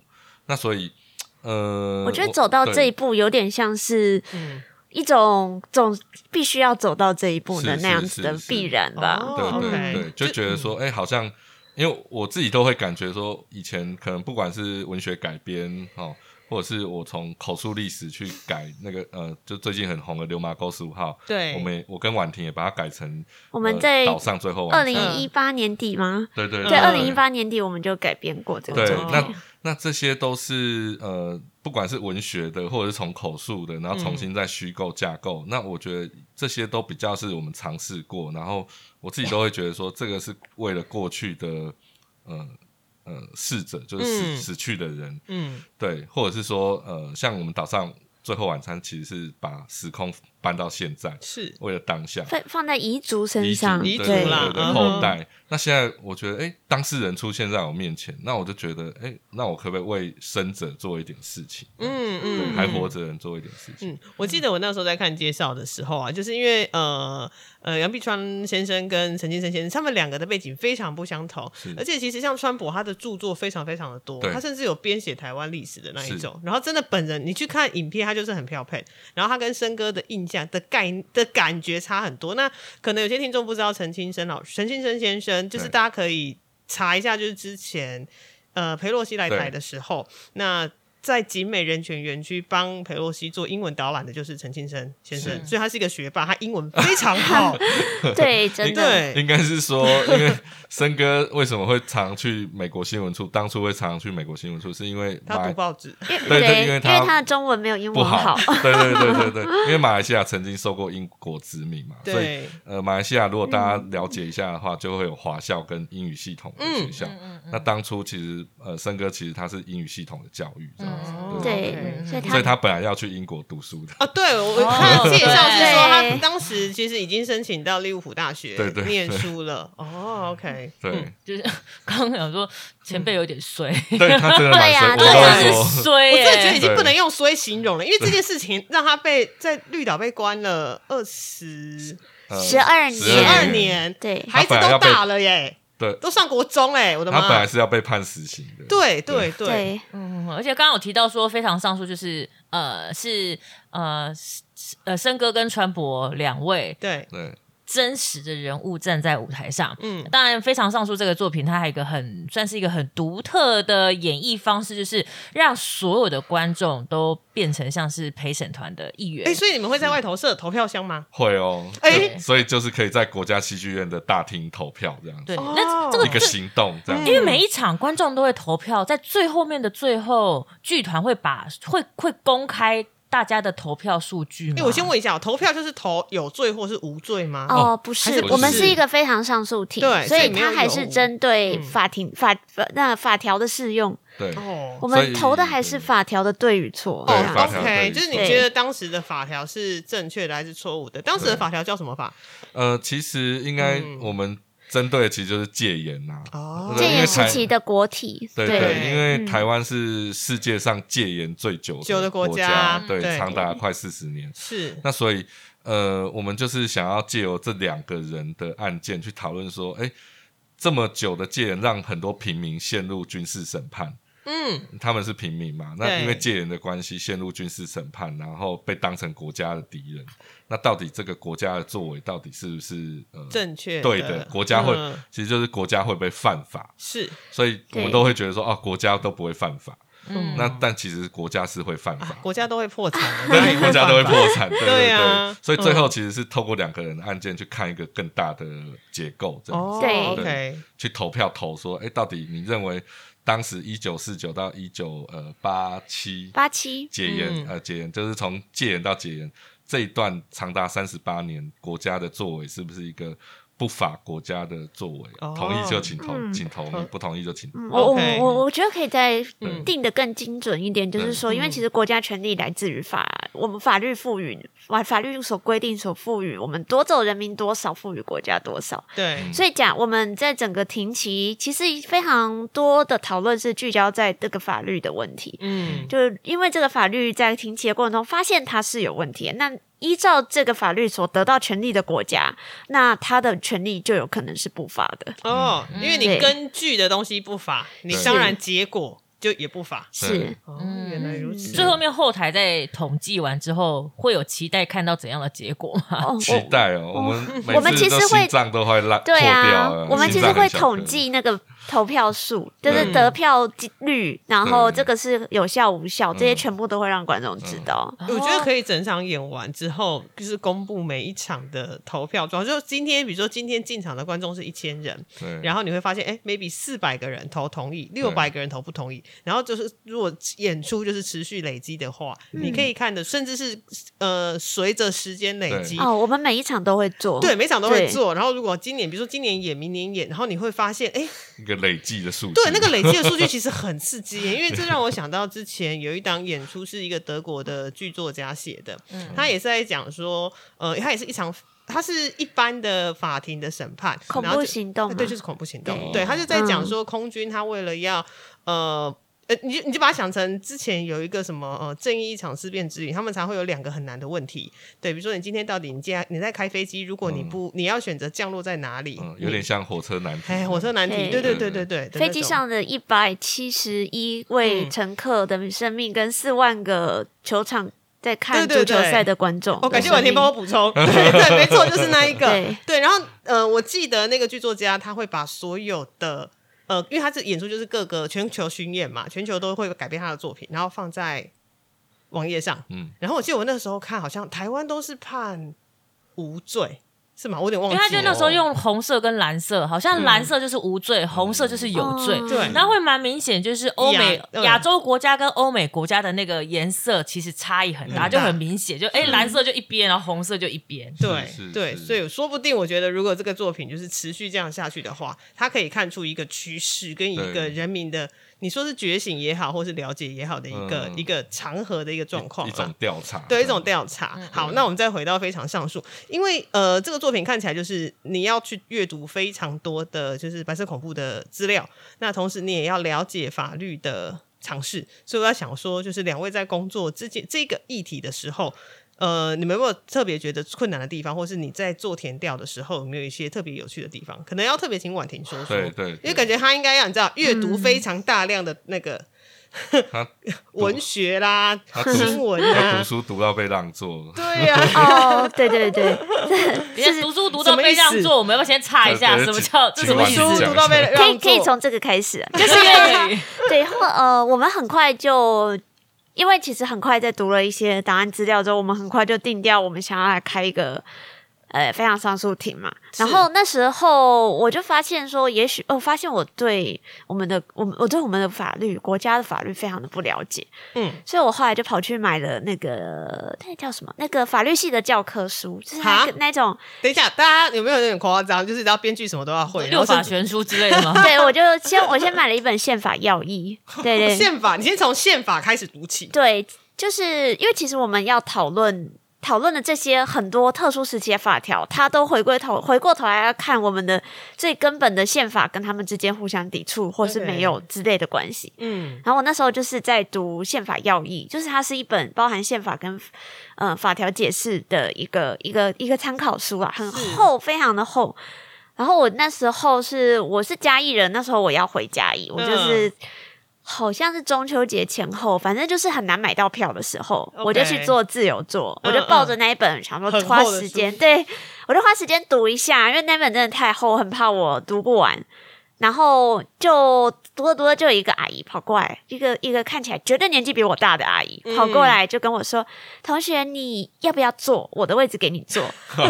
Speaker 5: 那所以，呃，
Speaker 1: 我觉得走到这一
Speaker 5: 步
Speaker 1: 步，有点像是
Speaker 2: 嗯
Speaker 1: 一种总必须要走到这一步的
Speaker 5: 是
Speaker 1: 那样
Speaker 5: 是
Speaker 1: 子的
Speaker 5: 是是
Speaker 1: 必然吧。
Speaker 2: 哦
Speaker 5: 对对
Speaker 2: OK 嗯
Speaker 5: 对，就觉得说，哎、好像因为我自己都会感觉说，以前可能不管是文学改编哦，或者是我从口述历史去改那个呃，就最近很红的《流麻沟十五号》，
Speaker 2: 对
Speaker 5: 我们也我跟婉婷也把它改成
Speaker 1: 我们
Speaker 5: 呃
Speaker 1: 在
Speaker 5: 岛上最后
Speaker 1: 二
Speaker 5: 晚餐，
Speaker 1: 零一八年底吗？
Speaker 5: 对对
Speaker 1: 对，
Speaker 5: 对，
Speaker 1: 二零一八年底我们就改编过这个
Speaker 5: 对
Speaker 1: 作，品。
Speaker 5: 那那这些都是呃，不管是文学的，或者是从口述的，然后重新再虚构架构。那我觉得这些都比较是我们尝试过，然后我自己都会觉得说，这个是为了过去的呃呃逝者，就是死、
Speaker 2: 嗯
Speaker 5: 死去的人，
Speaker 2: 嗯，
Speaker 5: 对，或者是说呃，像我们岛上最后晚餐，其实是把时空搬到现在，
Speaker 2: 是
Speaker 5: 为了当下。
Speaker 1: 放放在彝族身
Speaker 5: 遗
Speaker 1: 上，
Speaker 5: 嘱
Speaker 2: 遗
Speaker 5: 对
Speaker 2: 嘱
Speaker 5: 对
Speaker 1: 对
Speaker 2: 啦
Speaker 5: 对对
Speaker 2: 嗯
Speaker 5: 后代。那现在我觉得，哎、当事人出现在我面前，那我就觉得，哎、那我可不可以为生者做一点事情？嗯，
Speaker 2: 嗯嗯，
Speaker 5: 对，还活着的人做一点事情。
Speaker 2: 嗯，我记得我那时候在看介绍的时候啊，就是因为呃呃杨碧川先生跟陈金生先生他们两个的背景非常不相同，而且其实像川博他的著作非常非常的多，
Speaker 5: 对
Speaker 2: 他甚至有编写台湾历史的那一种。然后真的本人你去看影片，他就是很漂配，然后他跟生哥的印象的概的感觉差很多。那可能有些听众不知道陈金生老陈金生先生，就是
Speaker 5: 对
Speaker 2: 大家可以查一下，就是之前呃裴洛西来台的时候，那在景美人权园区帮裴洛西做英文导览的就是陈庆生先生，
Speaker 5: 是
Speaker 2: 所以他是一个学霸，他英文非常
Speaker 5: [laughs]
Speaker 2: 好。
Speaker 1: 对，真的，
Speaker 2: 对，
Speaker 5: 应该是说，因为森哥为什么会常去美国新闻处？当初会常去美国新闻处，是因为
Speaker 2: 他
Speaker 5: 马
Speaker 2: 读
Speaker 5: 来
Speaker 2: 报纸，
Speaker 1: 因为
Speaker 5: 对对
Speaker 1: 对，
Speaker 5: 因为他
Speaker 1: 为他的中文没有英
Speaker 5: 不
Speaker 1: 文
Speaker 5: 好，对对对对对，因为马来西亚曾经受过英国殖民嘛，
Speaker 2: [laughs]
Speaker 5: 所以
Speaker 2: 对
Speaker 5: 呃，马来西亚如果大
Speaker 1: 嗯
Speaker 5: 家了解一下的话，就会有华校跟英语系统的学
Speaker 1: 嗯
Speaker 5: 校。那当初其实呃，森哥其实他是英语系统的教育这样子，
Speaker 2: 哦
Speaker 1: 嗯对，所以
Speaker 5: 所以
Speaker 1: 他哦
Speaker 5: 他本来要去英国读书的。
Speaker 2: 啊，对我我看介绍是说他
Speaker 1: 对
Speaker 2: 当时其实已经申请到利物浦大学
Speaker 5: 对对对
Speaker 2: 念书了。哦，OK，
Speaker 5: [laughs] 对，
Speaker 4: 就是刚刚想说前
Speaker 2: 嗯
Speaker 4: 辈有点衰，
Speaker 5: [laughs]
Speaker 4: [laughs]
Speaker 5: 对他真的蛮
Speaker 1: 对啊
Speaker 5: 衰，
Speaker 1: 对
Speaker 5: 我都
Speaker 1: 啊
Speaker 5: 会说，
Speaker 4: 衰
Speaker 2: 我
Speaker 4: 耶，
Speaker 2: 真的觉得已经
Speaker 5: 对
Speaker 2: 不能用衰形容了，因为这件事情让他被在绿岛被关了二十
Speaker 5: 呃
Speaker 1: 十二年
Speaker 2: 十二
Speaker 5: 12
Speaker 2: 年，
Speaker 1: 对
Speaker 2: 孩子
Speaker 5: 他本来
Speaker 2: 都
Speaker 5: 要被
Speaker 2: 大了耶，
Speaker 5: 对，
Speaker 2: 都上国中嘞，我的
Speaker 5: 他
Speaker 2: 妈！
Speaker 5: 本来是要被判死刑的。
Speaker 2: 对对对，
Speaker 1: 对
Speaker 4: 嗯，而且刚刚有提到说，非常上述就是呃是呃是呃森哥跟川博两位
Speaker 2: 对
Speaker 5: 对，
Speaker 4: 真实的人物站在舞台上。
Speaker 2: 嗯
Speaker 4: 当然，《非常上述》这个作品，它还有一个很算是一个很独特的演绎方式，就是让所有的观众都变成像是陪审团的一员。
Speaker 2: 哎、所以你们会在外头设投票箱吗？
Speaker 5: 会哦，
Speaker 2: 哎
Speaker 5: 就所以就是可以在国家戏剧院的大厅投票这样，
Speaker 4: 对，
Speaker 2: 哦
Speaker 4: 那这个
Speaker 5: 一个行动这样
Speaker 1: 嗯
Speaker 4: 因。为每一场观众都会投票，在最后面的最后，剧团会把会会公开大家的投票数据吗
Speaker 2: 哎、？
Speaker 5: 啊
Speaker 2: 我先问一下，投票就是投有罪或是无罪吗？
Speaker 1: 哦，不是，
Speaker 2: 还是
Speaker 5: 不
Speaker 1: 我们
Speaker 5: 是
Speaker 1: 是一个非常上诉庭，
Speaker 2: 对
Speaker 1: 所
Speaker 2: 所以
Speaker 1: 以
Speaker 2: 没有嗯
Speaker 1: 它还是
Speaker 2: 有
Speaker 1: 针对法庭、法法那法条的适用，
Speaker 5: 对，
Speaker 1: 我
Speaker 2: 哦
Speaker 5: 所以
Speaker 1: 们投的还是法条的对与啊错。
Speaker 5: 对
Speaker 2: 哦
Speaker 5: 法条对
Speaker 2: ，OK，就是你
Speaker 1: 对
Speaker 2: 觉得当时的法条是正确的还是错误的？当时的法条叫什么法？
Speaker 5: 呃，其实应该
Speaker 2: 嗯
Speaker 5: 我们针对的其实就是戒严啊呐，
Speaker 2: 哦
Speaker 5: 对
Speaker 1: 戒
Speaker 5: 因为
Speaker 1: 严时
Speaker 5: 台
Speaker 1: 期的国体，
Speaker 5: 对
Speaker 2: 对嗯
Speaker 5: 因为台湾是世界上戒严最久
Speaker 2: 久的国
Speaker 5: 国
Speaker 2: 家嗯
Speaker 5: 对，
Speaker 2: 对
Speaker 5: 长达快四十年。
Speaker 2: 是
Speaker 5: 那所以，呃，我们就是想要借由这两个人的案件去讨论说，哎，这么久的戒严让很多平民陷入军事审判，
Speaker 2: 嗯，
Speaker 5: 他们是平民嘛，那
Speaker 2: 对
Speaker 5: 因为戒严的关系陷入军事审判，然后被当成国家的敌人。那到底这个国家的作为到底是不是呃
Speaker 2: 正确
Speaker 5: 对的？国家会、
Speaker 2: 嗯
Speaker 5: 其实就是国家会不会犯法，
Speaker 2: 是
Speaker 5: 所以我们
Speaker 1: 对
Speaker 5: 都会觉得说哦，国家都不会犯法。
Speaker 4: 嗯
Speaker 5: 那但其实国家是会犯法
Speaker 2: 啊，，国家都会破产的，哪里
Speaker 5: [laughs] 对，
Speaker 2: 会
Speaker 5: 国家都会
Speaker 2: 犯
Speaker 5: 破产，对
Speaker 2: 对
Speaker 5: 对
Speaker 2: 啊
Speaker 5: 对。所以最后其实是透过两个人的案件去看一个更大的结构，这
Speaker 2: 法。
Speaker 5: 样
Speaker 2: 哦
Speaker 5: 子，
Speaker 1: 对
Speaker 2: ，OK，
Speaker 5: 去投票投说，哎，到底你认为当时一九四九到一九呃八七
Speaker 1: 八七，
Speaker 5: 解严
Speaker 2: 嗯
Speaker 5: 呃解严，就是从戒严到解严这一段长达三十八年，国家的作为是不是一个不法国家的作为
Speaker 2: 哦？
Speaker 5: 同意就请投，
Speaker 1: 嗯
Speaker 5: 请同意，不同意就请
Speaker 1: 嗯我我
Speaker 2: OK
Speaker 1: 我我觉得可以再
Speaker 5: 嗯
Speaker 1: 定的更精准一点，就是说，因为其实国家权力来自于法，我们法律赋予法法律所规定所赋予，我们夺走人民多少，赋予国家多少。
Speaker 2: 对，
Speaker 1: 所以讲，我们在整个庭期，其实非常多的讨论是聚焦在这个法律的问题，
Speaker 2: 嗯，
Speaker 1: 就是因为这个法律在庭期的过程中发现它是有问题的，那依照这个法律所得到权利的国家，那他的权利就有可能是不法的，
Speaker 2: 哦，因为你
Speaker 1: 对
Speaker 2: 根据的东西不法，你
Speaker 5: 嗯对
Speaker 2: 当然结果就也不法。
Speaker 1: 是。
Speaker 2: 哦，
Speaker 4: 嗯
Speaker 2: 原来如此。
Speaker 4: 最后面后台在统计完之后，会有期待看到怎样的结果吗？
Speaker 1: 哦，
Speaker 5: 期
Speaker 1: 我
Speaker 5: 待哦，
Speaker 1: [laughs]
Speaker 5: 我们每
Speaker 1: 我们
Speaker 5: 次
Speaker 1: 其
Speaker 5: 都
Speaker 1: 实会
Speaker 5: 心脏都会烂
Speaker 1: 对
Speaker 5: 破掉
Speaker 1: 啊
Speaker 5: 了，
Speaker 1: 我们其
Speaker 5: 心
Speaker 1: 实
Speaker 5: 脏
Speaker 1: 会
Speaker 5: 很小
Speaker 1: 统
Speaker 5: 颗
Speaker 1: 计那个投票数，就是
Speaker 2: 嗯
Speaker 1: 得票率，然后
Speaker 5: 对
Speaker 1: 这个是有效无效，这些
Speaker 5: 嗯
Speaker 1: 全部都会让观众知道。
Speaker 2: 我觉
Speaker 4: 哦
Speaker 2: 得可以整场演完之后，就是公布每一场的投票状况。就今天，比如说今天进场的观众是一千人，
Speaker 5: 对，
Speaker 2: 然后你会发现，哎，maybe 四百个人投同意，六百个人投不同意。然后就是，如果演出就是持续累积的话，
Speaker 4: 嗯
Speaker 2: 你可以看的，甚至是呃，随着时间累
Speaker 5: 对
Speaker 2: 积，
Speaker 1: 哦，我们每一场都会做，
Speaker 2: 嗯对，每场都会
Speaker 1: 对
Speaker 2: 做。然后如果今年，比如说今年演，明年演，然后你会发现，哎，
Speaker 5: 一个累计的数
Speaker 2: [laughs]
Speaker 5: 据，
Speaker 2: 对，那个累积的数据其实很刺激耶，因为这让我想到之前有一档演出是一个德国的剧作家写的，
Speaker 1: 嗯
Speaker 2: 他也是在讲说，呃，他也是一场。他是一般的法庭的审判，
Speaker 1: 恐
Speaker 2: 然后
Speaker 1: 怖
Speaker 2: 就
Speaker 1: 行动嘛
Speaker 2: 对，就是恐怖行动。
Speaker 5: 对
Speaker 2: 对，他就在
Speaker 5: 嗯
Speaker 2: 讲说，空军他为了要呃。呃，你就你就把它想成之前有一个什么呃正义一场事变之旅，他们常会有两个很难的问题，对，比如说你今天到底你接你在开飞机，如果你不、你要选择降落在哪里，
Speaker 5: 嗯，有点像火嗯车难题，
Speaker 2: 哎火车难题，
Speaker 1: 对
Speaker 2: 对对对对对，的
Speaker 1: 飞
Speaker 2: 那
Speaker 1: 机
Speaker 2: 种
Speaker 1: 上的一百七十一位
Speaker 2: 嗯
Speaker 1: 乘客的生命，跟四万个球场在看
Speaker 2: 对对
Speaker 1: 足球
Speaker 2: 对
Speaker 1: 赛的观众的生命，
Speaker 2: 哦，感谢婉婷帮我
Speaker 4: [laughs]
Speaker 2: 补充。对对，没错，就是那一个。
Speaker 1: 对
Speaker 2: 对，然后呃，我记得那个剧作家他会把所有的呃，因为他这演出就是各个全球巡演嘛，全球都会改编他的作品，然后放在网页上。
Speaker 5: 嗯
Speaker 2: 然后我记得我那时候看，好像台湾都是判无罪，是吗？我有点忘
Speaker 4: 因
Speaker 2: 记
Speaker 4: 为
Speaker 2: 了。
Speaker 4: 他就那时候用红色跟蓝色，好像
Speaker 2: 嗯
Speaker 4: 蓝色就是无罪，红色就是有罪，
Speaker 1: 哦
Speaker 2: 对
Speaker 4: 然后会蛮明显，就是欧美
Speaker 2: 亚嗯
Speaker 4: 亚洲国家跟欧美国家的那个颜色其实差异很大，
Speaker 2: 嗯很大
Speaker 4: 就很明显，就哎、蓝色就一边，然后红色就一边。
Speaker 2: 对
Speaker 5: 是是
Speaker 2: 对，
Speaker 5: 是
Speaker 2: 所以说不定我觉得，如果这个作品就是持续这样下去的话，它可以看出一个趋势跟一个
Speaker 5: 对
Speaker 2: 人民的，你说是觉醒也好，或是了解也好的一个、
Speaker 5: 嗯
Speaker 2: 一个长河的一个状况
Speaker 5: 一
Speaker 2: 啦
Speaker 5: 种调查，
Speaker 2: 对一种调查。好，那我们再回到非常上述，因为呃，这个作品看起来就是你要去阅读非常多的就是白色恐怖的资料，那同时你也要了解法律的常识。所以我在想说，就是两位在工作之间这个议题的时候。呃，你们有没有特别觉得困难的地方，或是你在做填调的时候有没有一些特别有趣的地方？可能要特别请婉婷说说，
Speaker 5: 对对对
Speaker 2: 因为感觉她应该要你知道阅读非常大量的那个 [laughs]
Speaker 5: 他
Speaker 2: 文学啦、
Speaker 5: 他读
Speaker 2: 新闻
Speaker 5: 他
Speaker 2: 啊
Speaker 5: 读，书读到被让座，
Speaker 2: 对呀、
Speaker 1: 哦，对对对，
Speaker 4: 别人
Speaker 1: 是
Speaker 4: 读书读到被让
Speaker 2: 什么意思
Speaker 4: 座，我们要不要先查一下
Speaker 5: 呃
Speaker 4: 什么叫这
Speaker 5: 请
Speaker 4: 什么意
Speaker 5: 请你
Speaker 4: 思
Speaker 5: 婉
Speaker 2: [laughs] 书
Speaker 5: 讲
Speaker 2: 读到被
Speaker 1: 可以
Speaker 2: [laughs] 让
Speaker 1: 可以
Speaker 2: 座，
Speaker 1: 从这个开始，啊
Speaker 4: 这是粤语。
Speaker 1: [laughs] 对，然后呃，我们很快就，因为其实很快在读了一些档案资料之后，我们很快就定掉我们想要来开一个呃非常上诉庭嘛。然后那时候我就发现说，也许哦，发现我对我们的我们我对我们的法律国家的法律非常的不了解，
Speaker 2: 嗯，
Speaker 1: 所以我后来就跑去买了那个那叫什么那个法律系的教科书，就是
Speaker 2: 哈
Speaker 1: 那个那种
Speaker 2: 等一下，大家有没有有点夸张？就是只要编剧什么都要会，然
Speaker 4: 六
Speaker 2: 后
Speaker 4: 法
Speaker 2: 甚至
Speaker 4: 全书之类的吗？
Speaker 1: 对，我就先我先买了一本宪法要义，对
Speaker 2: [laughs]
Speaker 1: 对，
Speaker 2: 哦宪法，你先从宪法开始读起。
Speaker 1: 对，就是因为其实我们要讨论讨论的这些很多特殊时期的法条，它都回归头回过头来要看我们的最根本的宪法跟他们之间互相抵触或是没有之类的关系。
Speaker 2: 嗯，
Speaker 1: 然后我那时候就是在读宪法要义，就是它是一本包含宪法跟呃法条解释的一个一个一个参考书啊，很厚，非常的厚。然后我那时候是我是嘉义人，那时候我要回嘉
Speaker 2: 嗯
Speaker 1: 义，我就是、好像是中秋节前后，反正就是很难买到票的时候
Speaker 2: OK
Speaker 1: 我就去做自由座，
Speaker 2: 嗯
Speaker 1: 我就抱着那一本、想说
Speaker 2: 很
Speaker 1: 花
Speaker 2: 厚的
Speaker 1: 时间，
Speaker 2: 书
Speaker 1: 对我就花时间读一下，因为那本真的太厚，我很怕我读不完。然后就读着读着，就有一个阿姨跑过来，一个一个看起来绝对年纪比我大的阿姨跑
Speaker 2: 嗯
Speaker 1: 过来，就跟我说：“同学，你要不要坐？我的位置给你坐。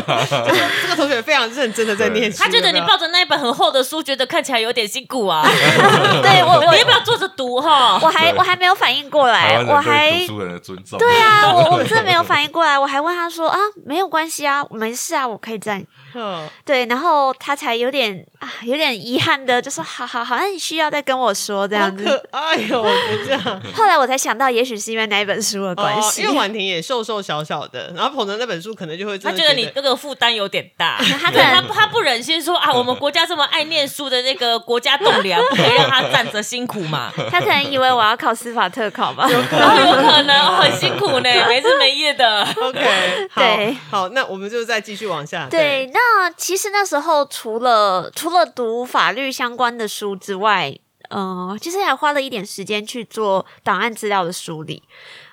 Speaker 2: 这个同学非常认真的在念书，
Speaker 4: [laughs] 他觉得你
Speaker 2: 有没有
Speaker 4: 抱着那一本很厚的书，觉得看起来有点辛苦啊。
Speaker 1: 对”我
Speaker 4: 你要
Speaker 1: 我
Speaker 4: 不要坐着读哈？
Speaker 1: 我还我还没有反应过
Speaker 5: [laughs] 台
Speaker 1: 来，
Speaker 5: 湾
Speaker 1: 我
Speaker 5: 人
Speaker 1: 还
Speaker 5: 对读书人的尊重，
Speaker 1: 对
Speaker 5: [laughs]
Speaker 1: 啊，我我真的没有反应过来，我还问他说啊，没有关系啊，没事啊，我可以这样。
Speaker 2: 嗯
Speaker 1: 对，然后他才有点啊，有点遗憾的就说，好好好，那你需要再跟我说这
Speaker 2: 好
Speaker 1: 样
Speaker 2: 可
Speaker 1: 子。
Speaker 2: 爱哟、我这样。
Speaker 1: 后来我才想到，也许是因为那一本书的关
Speaker 2: 哦，
Speaker 1: 系，
Speaker 2: 因为婉婷也瘦瘦小小的，然后捧着那本书，可能就会真
Speaker 4: 他
Speaker 2: 的
Speaker 4: 觉得你那个负担有点大，
Speaker 1: 他可
Speaker 4: 对 [laughs] 他
Speaker 1: 能
Speaker 4: 他不忍心说啊，我们国家这么爱念书的那个国家栋梁，不可以让他站着辛苦 [laughs] 嘛。
Speaker 1: [laughs] 他可能以为我要考司法特考吧。
Speaker 4: 然后有可能哦很辛苦呢，没日没夜的。
Speaker 2: OK，好
Speaker 1: 对
Speaker 2: 好，那我们就再继续往下。
Speaker 1: 对，那其实那时候除了除了读法律相关的书之外，呃，其实还花了一点时间去做档案资料的梳理。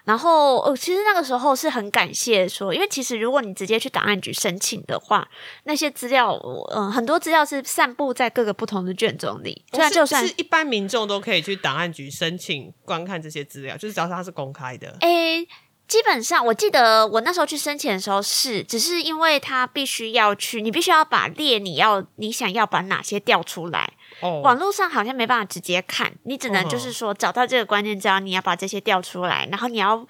Speaker 1: 然后，呃，其实那个时候是很感谢说，因为其实如果你直接去档案局申请的话，那些资料，嗯、呃，很多资料是散布在各个不同的卷宗里。
Speaker 2: 哦
Speaker 1: 虽然
Speaker 2: 是
Speaker 1: 就算
Speaker 2: 是一般民众都可以去档案局申请观看这些资料，就是只要它是公开的。
Speaker 1: 诶、基本上我记得我那时候去申请的时候是，只是因为他必须要去，你必须要把列你要你想要把哪些调出来，
Speaker 2: 哦，
Speaker 1: 网络上好像没办法直接看，你只能
Speaker 2: 嗯
Speaker 1: 就是说找到这个关键字，你要把这些调出来，然后你要。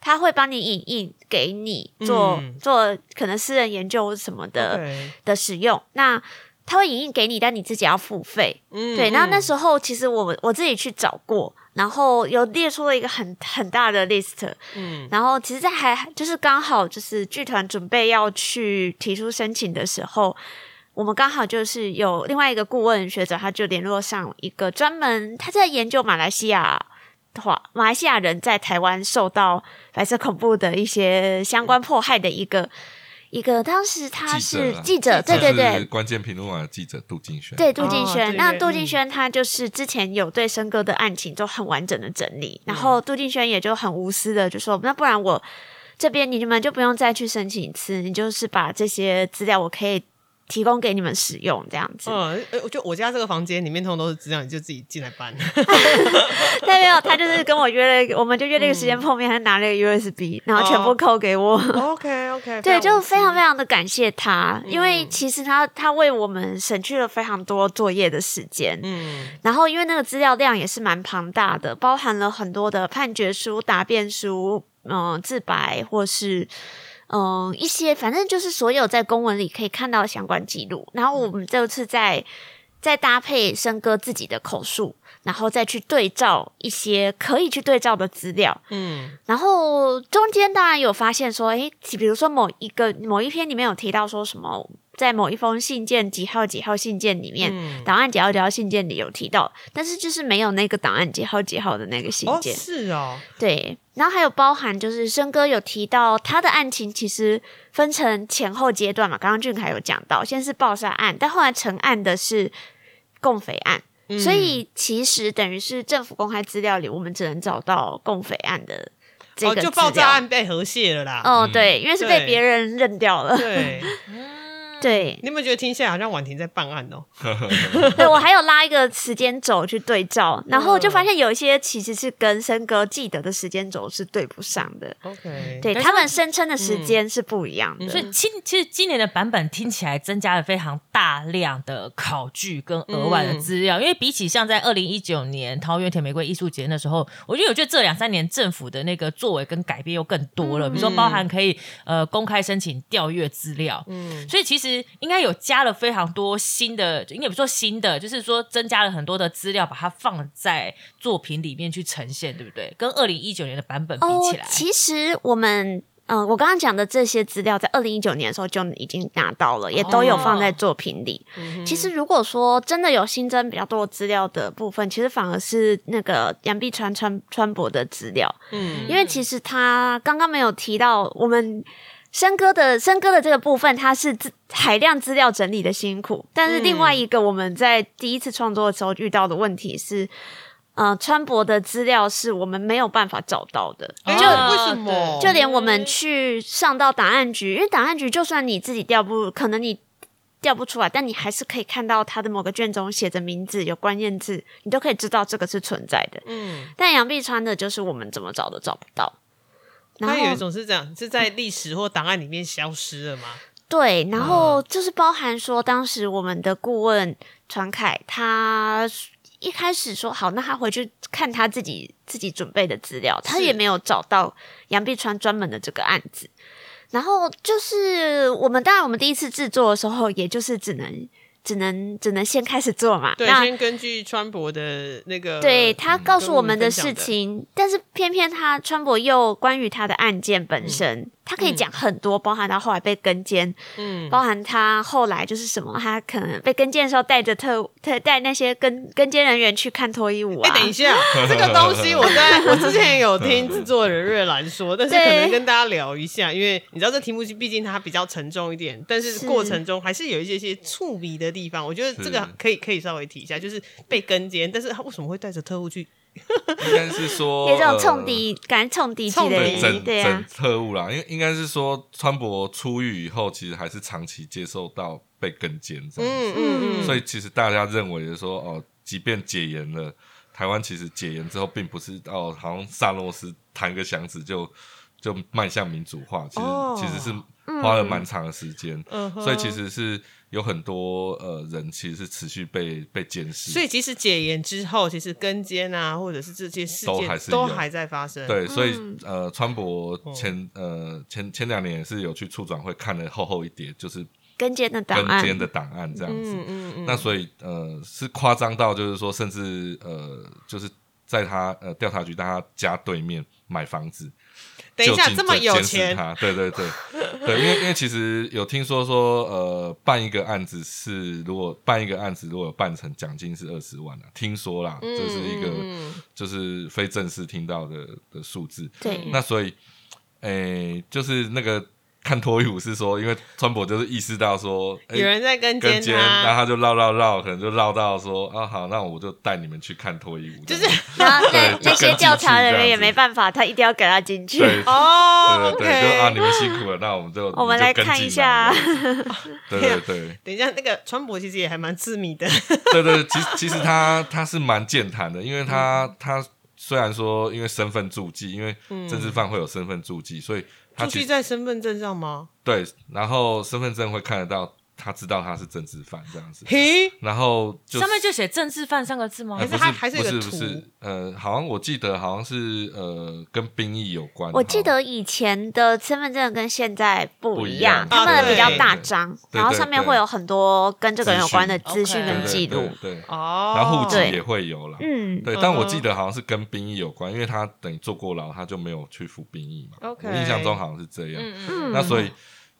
Speaker 1: 他会帮你影印给你做、
Speaker 2: 嗯
Speaker 1: 做可能私人研究什么的
Speaker 2: OK
Speaker 1: 的使用，那他会影印给你，但你自己要付费。
Speaker 2: 嗯
Speaker 1: 对，然后那
Speaker 2: 候
Speaker 1: 时候其实我我自己去找过，然后有列出了一个很很大的 list，
Speaker 2: 嗯
Speaker 1: 然后其实在还就是刚好就是剧团准备要去提出申请的时候，我们刚好就是有另外一个顾问学者，他就联络上一个专门他在研究马来西亚。华马来西亚人在台湾受到白色恐怖的一些相关迫害的一个一个，当时他是记
Speaker 5: 记啊
Speaker 1: 者，对对对，
Speaker 5: 关键评论网的记者杜敬轩，
Speaker 1: 对杜敬
Speaker 2: 哦
Speaker 1: 轩，
Speaker 2: 对
Speaker 1: 那
Speaker 2: 对
Speaker 1: 杜敬
Speaker 2: 嗯
Speaker 1: 轩他就是之前有对生哥的案情做很完整的整理，
Speaker 2: 嗯
Speaker 1: 然后杜敬轩也就很无私的就说，那不然我这边你们就不用再去申请一次，你就是把这些资料我可以提供给你们使用这样子。
Speaker 2: 嗯，呃我就我家这个房间里面通通都是资料，你就自己进来 [laughs] 搬。
Speaker 1: 但没有，他就是跟我约了一个，我们就约了一个时间碰面，他拿了一个 USB，然后全部
Speaker 2: 嗯哦嗯
Speaker 1: 扣给我。
Speaker 2: OK
Speaker 1: [laughs]
Speaker 2: OK，
Speaker 1: 对，就非常非常的感谢他，因为
Speaker 2: 嗯
Speaker 1: 其实他他为我们省去了非常多作业的时间。
Speaker 2: 嗯
Speaker 1: 然后因为那个资料量也是蛮庞大的，包含了很多的判决书、答辩书、嗯、自白或是。嗯，一些反正就是所有在公文里可以看到的相关记录，然后我们这次再再搭配生哥自己的口述，然后再去对照一些可以去对照的资料，
Speaker 2: 嗯
Speaker 1: 然后中间当然有发现说，诶，比如说某一个某一篇里面有提到说什么，在某一封信件几号几号信件里面，
Speaker 2: 嗯
Speaker 1: 档案几号几号信件里有提到，但是就是没有那个档案几号几号的那个信
Speaker 2: 哦
Speaker 1: 件。
Speaker 2: 是哦，
Speaker 1: 对，然后还有包含就是生哥有提到他的案情其实分成前后阶段嘛，刚刚俊凯有讲到，先是爆杀案，但后来成案的是共匪案。
Speaker 2: 嗯
Speaker 1: 所以其实等于是政府公开资料里，我们只能找到共匪案的这
Speaker 2: 哦，
Speaker 1: 个资料。
Speaker 2: 就爆炸案被和谐了啦。
Speaker 1: 哦，
Speaker 5: 嗯
Speaker 1: 对，因为是被
Speaker 2: 对
Speaker 1: 别人认掉了。
Speaker 2: 对，
Speaker 1: [laughs]
Speaker 2: [laughs]
Speaker 1: 对，
Speaker 2: 你有没有觉得听起来好像婉婷在办案哦？
Speaker 1: 对我还有拉一个时间轴去对照，然后就发
Speaker 2: 嗯
Speaker 1: 现有一些其实是跟森哥记得的时间轴是对不上的。
Speaker 2: OK，
Speaker 1: 对
Speaker 4: 但是
Speaker 1: 他们声称的时
Speaker 2: 嗯
Speaker 1: 间是不一样的，
Speaker 4: 所以今其实今年的版本听起来增加了非常大量的考据跟额外的
Speaker 1: 嗯
Speaker 4: 资料，因为比起像在二零一九年桃园铁玫瑰艺术节那时候，我觉得我觉得这两三年政府的那个作为跟改变又更多了，比如
Speaker 1: 嗯
Speaker 4: 说包含可以呃公开申请调阅资料，
Speaker 2: 嗯，
Speaker 4: 所以其实应该有加了非常多新的，应该不是说新的，就是说增加了很多的资料，把它放在作品里面去呈现，对不对？跟二零一九年的版本比
Speaker 1: 哦
Speaker 4: 起来，，
Speaker 1: 其实我们。嗯，我刚刚讲的这些资料，在二零一九年的时候就已经拿到了，也都有放
Speaker 4: 哦
Speaker 1: 在作品里。
Speaker 4: 嗯
Speaker 1: 其实，如果说真的有新增比较多资料的部分，其实反而是那个杨碧川川川博的资料，
Speaker 2: 嗯
Speaker 1: 因为其实他刚刚没有提到我们森哥的森哥的这个部分，他是自海量资料整理的辛苦，但是另外
Speaker 4: 嗯
Speaker 1: 一个我们在第一次创作的时候遇到的问题是。呃，川博的资料是我们没有办法找到
Speaker 4: 哦
Speaker 1: 的，
Speaker 2: 哎
Speaker 4: 就
Speaker 2: 为什么？
Speaker 1: 就连我们去上到档案局，因为档案局就算你自己调不，可能你调不出来，但你还是可以看到它的某个卷宗写着名字、有关键字，你都可以知道这个是存在的。
Speaker 2: 嗯，
Speaker 1: 但杨碧川的就是我们怎么找都找不到。然
Speaker 2: 它有一
Speaker 1: 后
Speaker 2: 种是这样，是在历史或档案里面消失了嘛？
Speaker 1: 对，然后
Speaker 2: 嗯
Speaker 1: 就是包含说，当时我们的顾问传凯，他一开始说好，那他回去看他自己自己准备的资料，他
Speaker 2: 是
Speaker 1: 也没有找到杨碧川专门的这个案子。然后就是我们当然我们第一次制作的时候，也就是只能只能只能先开始做嘛。
Speaker 2: 对，
Speaker 1: 那
Speaker 2: 先根据川博的那
Speaker 5: 呃
Speaker 2: 个，
Speaker 1: 对
Speaker 5: 嗯
Speaker 1: 他告诉我们的
Speaker 2: 跟我
Speaker 1: 事
Speaker 2: 们分享的
Speaker 1: 情，但是偏偏他川博又关于他的案件
Speaker 5: 嗯
Speaker 1: 本身，他可以讲很多，包含他后来被跟监，
Speaker 2: 嗯，
Speaker 1: 包含他后来就是什么，他可能被跟监的时候带着特特带那些跟跟监人员去看脱衣舞啊。
Speaker 2: 哎、等一下，
Speaker 5: [laughs]
Speaker 2: 这个东西我在我之前有听制作人瑞兰说，但是可能
Speaker 1: 对
Speaker 2: 跟大家聊一下，因为你知道这题目毕竟它比较沉重一点，但是
Speaker 1: 是
Speaker 2: 过程中还是有一些些触鼻的地方。我觉得这个
Speaker 5: 是
Speaker 2: 可以可以稍微提一下，就是被跟监，但是他为什么会带着特务去？
Speaker 5: 应该是说
Speaker 1: 也这种
Speaker 5: 呃
Speaker 1: 冲敌，感觉冲敌级的
Speaker 2: 冲
Speaker 5: 对
Speaker 1: 人，
Speaker 2: 敌
Speaker 5: 整
Speaker 1: 对
Speaker 5: 整
Speaker 1: 啊，
Speaker 5: 特务啦，因为应该是说川博出狱以后，其实还是长期接受到被跟监这样
Speaker 2: 嗯
Speaker 5: 子，
Speaker 2: 嗯嗯，
Speaker 5: 所以其实大家认为的说哦，即便解严了，台湾其实解严之后，并不是哦，好像萨诺斯弹个响指就就迈向民主化，其实、
Speaker 2: 哦
Speaker 5: 其实是花了蛮长的时间，
Speaker 2: 嗯哼
Speaker 5: 所以其实是有很多呃人其实是持续被被监视，
Speaker 2: 所以即使解严之后，其实跟监啊，或者是这些事件
Speaker 5: 都还是有
Speaker 2: 在发生。，
Speaker 5: 对，所以、
Speaker 2: 嗯
Speaker 5: 呃，川博前呃前前两年也是有去处转会看了厚厚一叠，就是
Speaker 1: 跟监的档
Speaker 5: 跟
Speaker 1: 案，
Speaker 5: 监的档案这样子。
Speaker 2: 嗯嗯嗯，
Speaker 5: 那所以呃是夸张到就是说，甚至呃就是在他呃调查局在他家对面买房子，
Speaker 2: 等一下
Speaker 5: 就近
Speaker 2: 这么有
Speaker 5: 监视
Speaker 2: 钱，
Speaker 5: 他，对对对对，因为因为其实有听说说呃办一个案子是如果办一个案子如果有办成奖金是二十万啊，听说啦，这、是一个、
Speaker 2: 嗯
Speaker 5: 就是非正式听到的的数字，
Speaker 1: 对，
Speaker 5: 那所以，诶、就是那个看脱衣舞是说，因为川普就是意识到说，诶
Speaker 2: 有人在跟
Speaker 5: 哎跟
Speaker 2: 监啊
Speaker 5: 监，啊然后
Speaker 2: 他，
Speaker 5: 他就绕绕绕，可能就绕到说，啊好，那我就带你们去看脱衣舞，
Speaker 2: 就是
Speaker 5: 这样
Speaker 1: 然后那
Speaker 5: 对
Speaker 1: 那些调查人
Speaker 5: 就跟进去这样
Speaker 1: 员
Speaker 5: 子
Speaker 1: 也没办法，他一定要给他进去。
Speaker 5: 对。
Speaker 2: [laughs] 哦
Speaker 5: 对对对，就啊，你
Speaker 2: ，OK。
Speaker 5: 们辛苦了，那我
Speaker 2: [laughs]
Speaker 5: 们就
Speaker 1: 我们来看一下。
Speaker 5: 你就跟进来这样子对对对
Speaker 2: 等一下，那个川博其实也还蛮痴迷的，
Speaker 5: 对对，其实其实他他是蛮健谈的，因为他
Speaker 2: 嗯
Speaker 5: 他虽然说因为身份注记，因为政治犯会有身份注记，所以他
Speaker 2: 注
Speaker 5: 其
Speaker 2: 记
Speaker 5: 实
Speaker 2: 在身份证上吗？
Speaker 5: 对，然后身份证会看得到，他知道他是政治犯这样子。
Speaker 2: 嘿，
Speaker 5: 然后就
Speaker 4: 上面就写“政治犯”三个字吗
Speaker 2: 哦还
Speaker 5: 呃、？不
Speaker 2: 是
Speaker 5: 是
Speaker 2: 他还是有
Speaker 5: 不
Speaker 2: 个
Speaker 5: 是不
Speaker 2: 图
Speaker 5: 是呃，好像我记得好像是呃跟兵役有关。
Speaker 1: 我记
Speaker 5: 好
Speaker 1: 得以前的身份证跟现在不一样，
Speaker 5: 不一样
Speaker 1: 他们的比较大张，
Speaker 5: 对
Speaker 1: 然后上面会有很多跟这个人有关的
Speaker 4: 对对
Speaker 1: 资
Speaker 4: 对
Speaker 1: 讯
Speaker 5: 对
Speaker 1: 跟
Speaker 5: 对
Speaker 1: 记录。
Speaker 5: 对对
Speaker 2: 哦，
Speaker 5: 然后户籍
Speaker 1: 对
Speaker 5: 也会有啦。
Speaker 1: 嗯，
Speaker 5: 对，
Speaker 2: 嗯
Speaker 5: 但我记得好像是跟兵役有关，因为他等于坐过牢，他就没有去服兵役嘛。
Speaker 2: OK
Speaker 5: 我印象中好像是这样。
Speaker 1: 嗯
Speaker 5: 那所以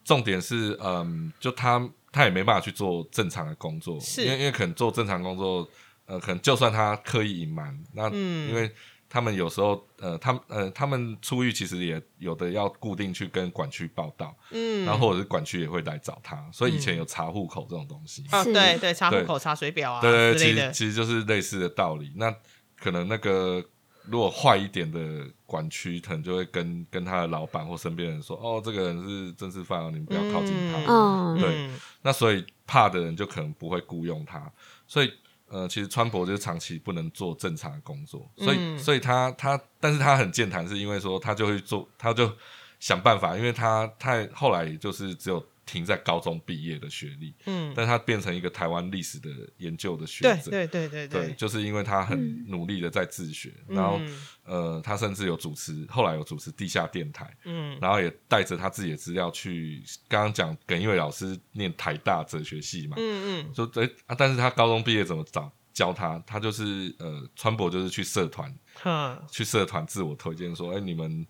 Speaker 5: 重点是，嗯，就他他也没办法去做正常的工作，
Speaker 2: 是
Speaker 5: 因为因为可能做正常工作，呃，可能就算他刻意隐瞒，那
Speaker 2: 嗯
Speaker 5: 因为他们有时候呃，他们呃，他们出狱其实也有的要固定去跟管区报道，嗯，然后或者是管区也会来找他，所以以前有查户口这种东西，
Speaker 2: 啊，
Speaker 1: 是
Speaker 2: 对对，查户
Speaker 5: 对
Speaker 2: 口、查水表啊
Speaker 5: 对对
Speaker 2: 之类
Speaker 5: 对，其实
Speaker 2: 的，
Speaker 5: 其实就是类似的道理。那可能那个如果坏一点的管区，可能就会跟跟他的老板或身边人说，哦，这个人是政治犯哦，你们不要靠近他。
Speaker 1: 嗯，
Speaker 5: 对
Speaker 2: 嗯
Speaker 5: 那所以怕的人就可能不会雇佣他，所以呃，其实川博就是长期不能做正常的工作，所以、
Speaker 2: 嗯
Speaker 5: 所以他他，但是他很健谈，是因为说他就会做，他就想办法，因为他他后来就是只有停在高中毕业的学历，
Speaker 2: 嗯，
Speaker 5: 但他变成一个台湾历史的研究的学
Speaker 2: 对
Speaker 5: 者，
Speaker 2: 对对对嗯
Speaker 5: 对，就是因为他很努力的在自学，然后呃，他甚至有主持，后来有主持地下电台，
Speaker 2: 嗯
Speaker 5: 然后也带着他自己的资料去，刚刚讲耿一伟老师念台大哲学系嘛，
Speaker 2: 嗯嗯
Speaker 5: 就对、啊，但是他高中毕业怎么找教他？他就是呃，川博就是去社团，
Speaker 2: 哼。
Speaker 5: 去社团自我推荐说，哎，你们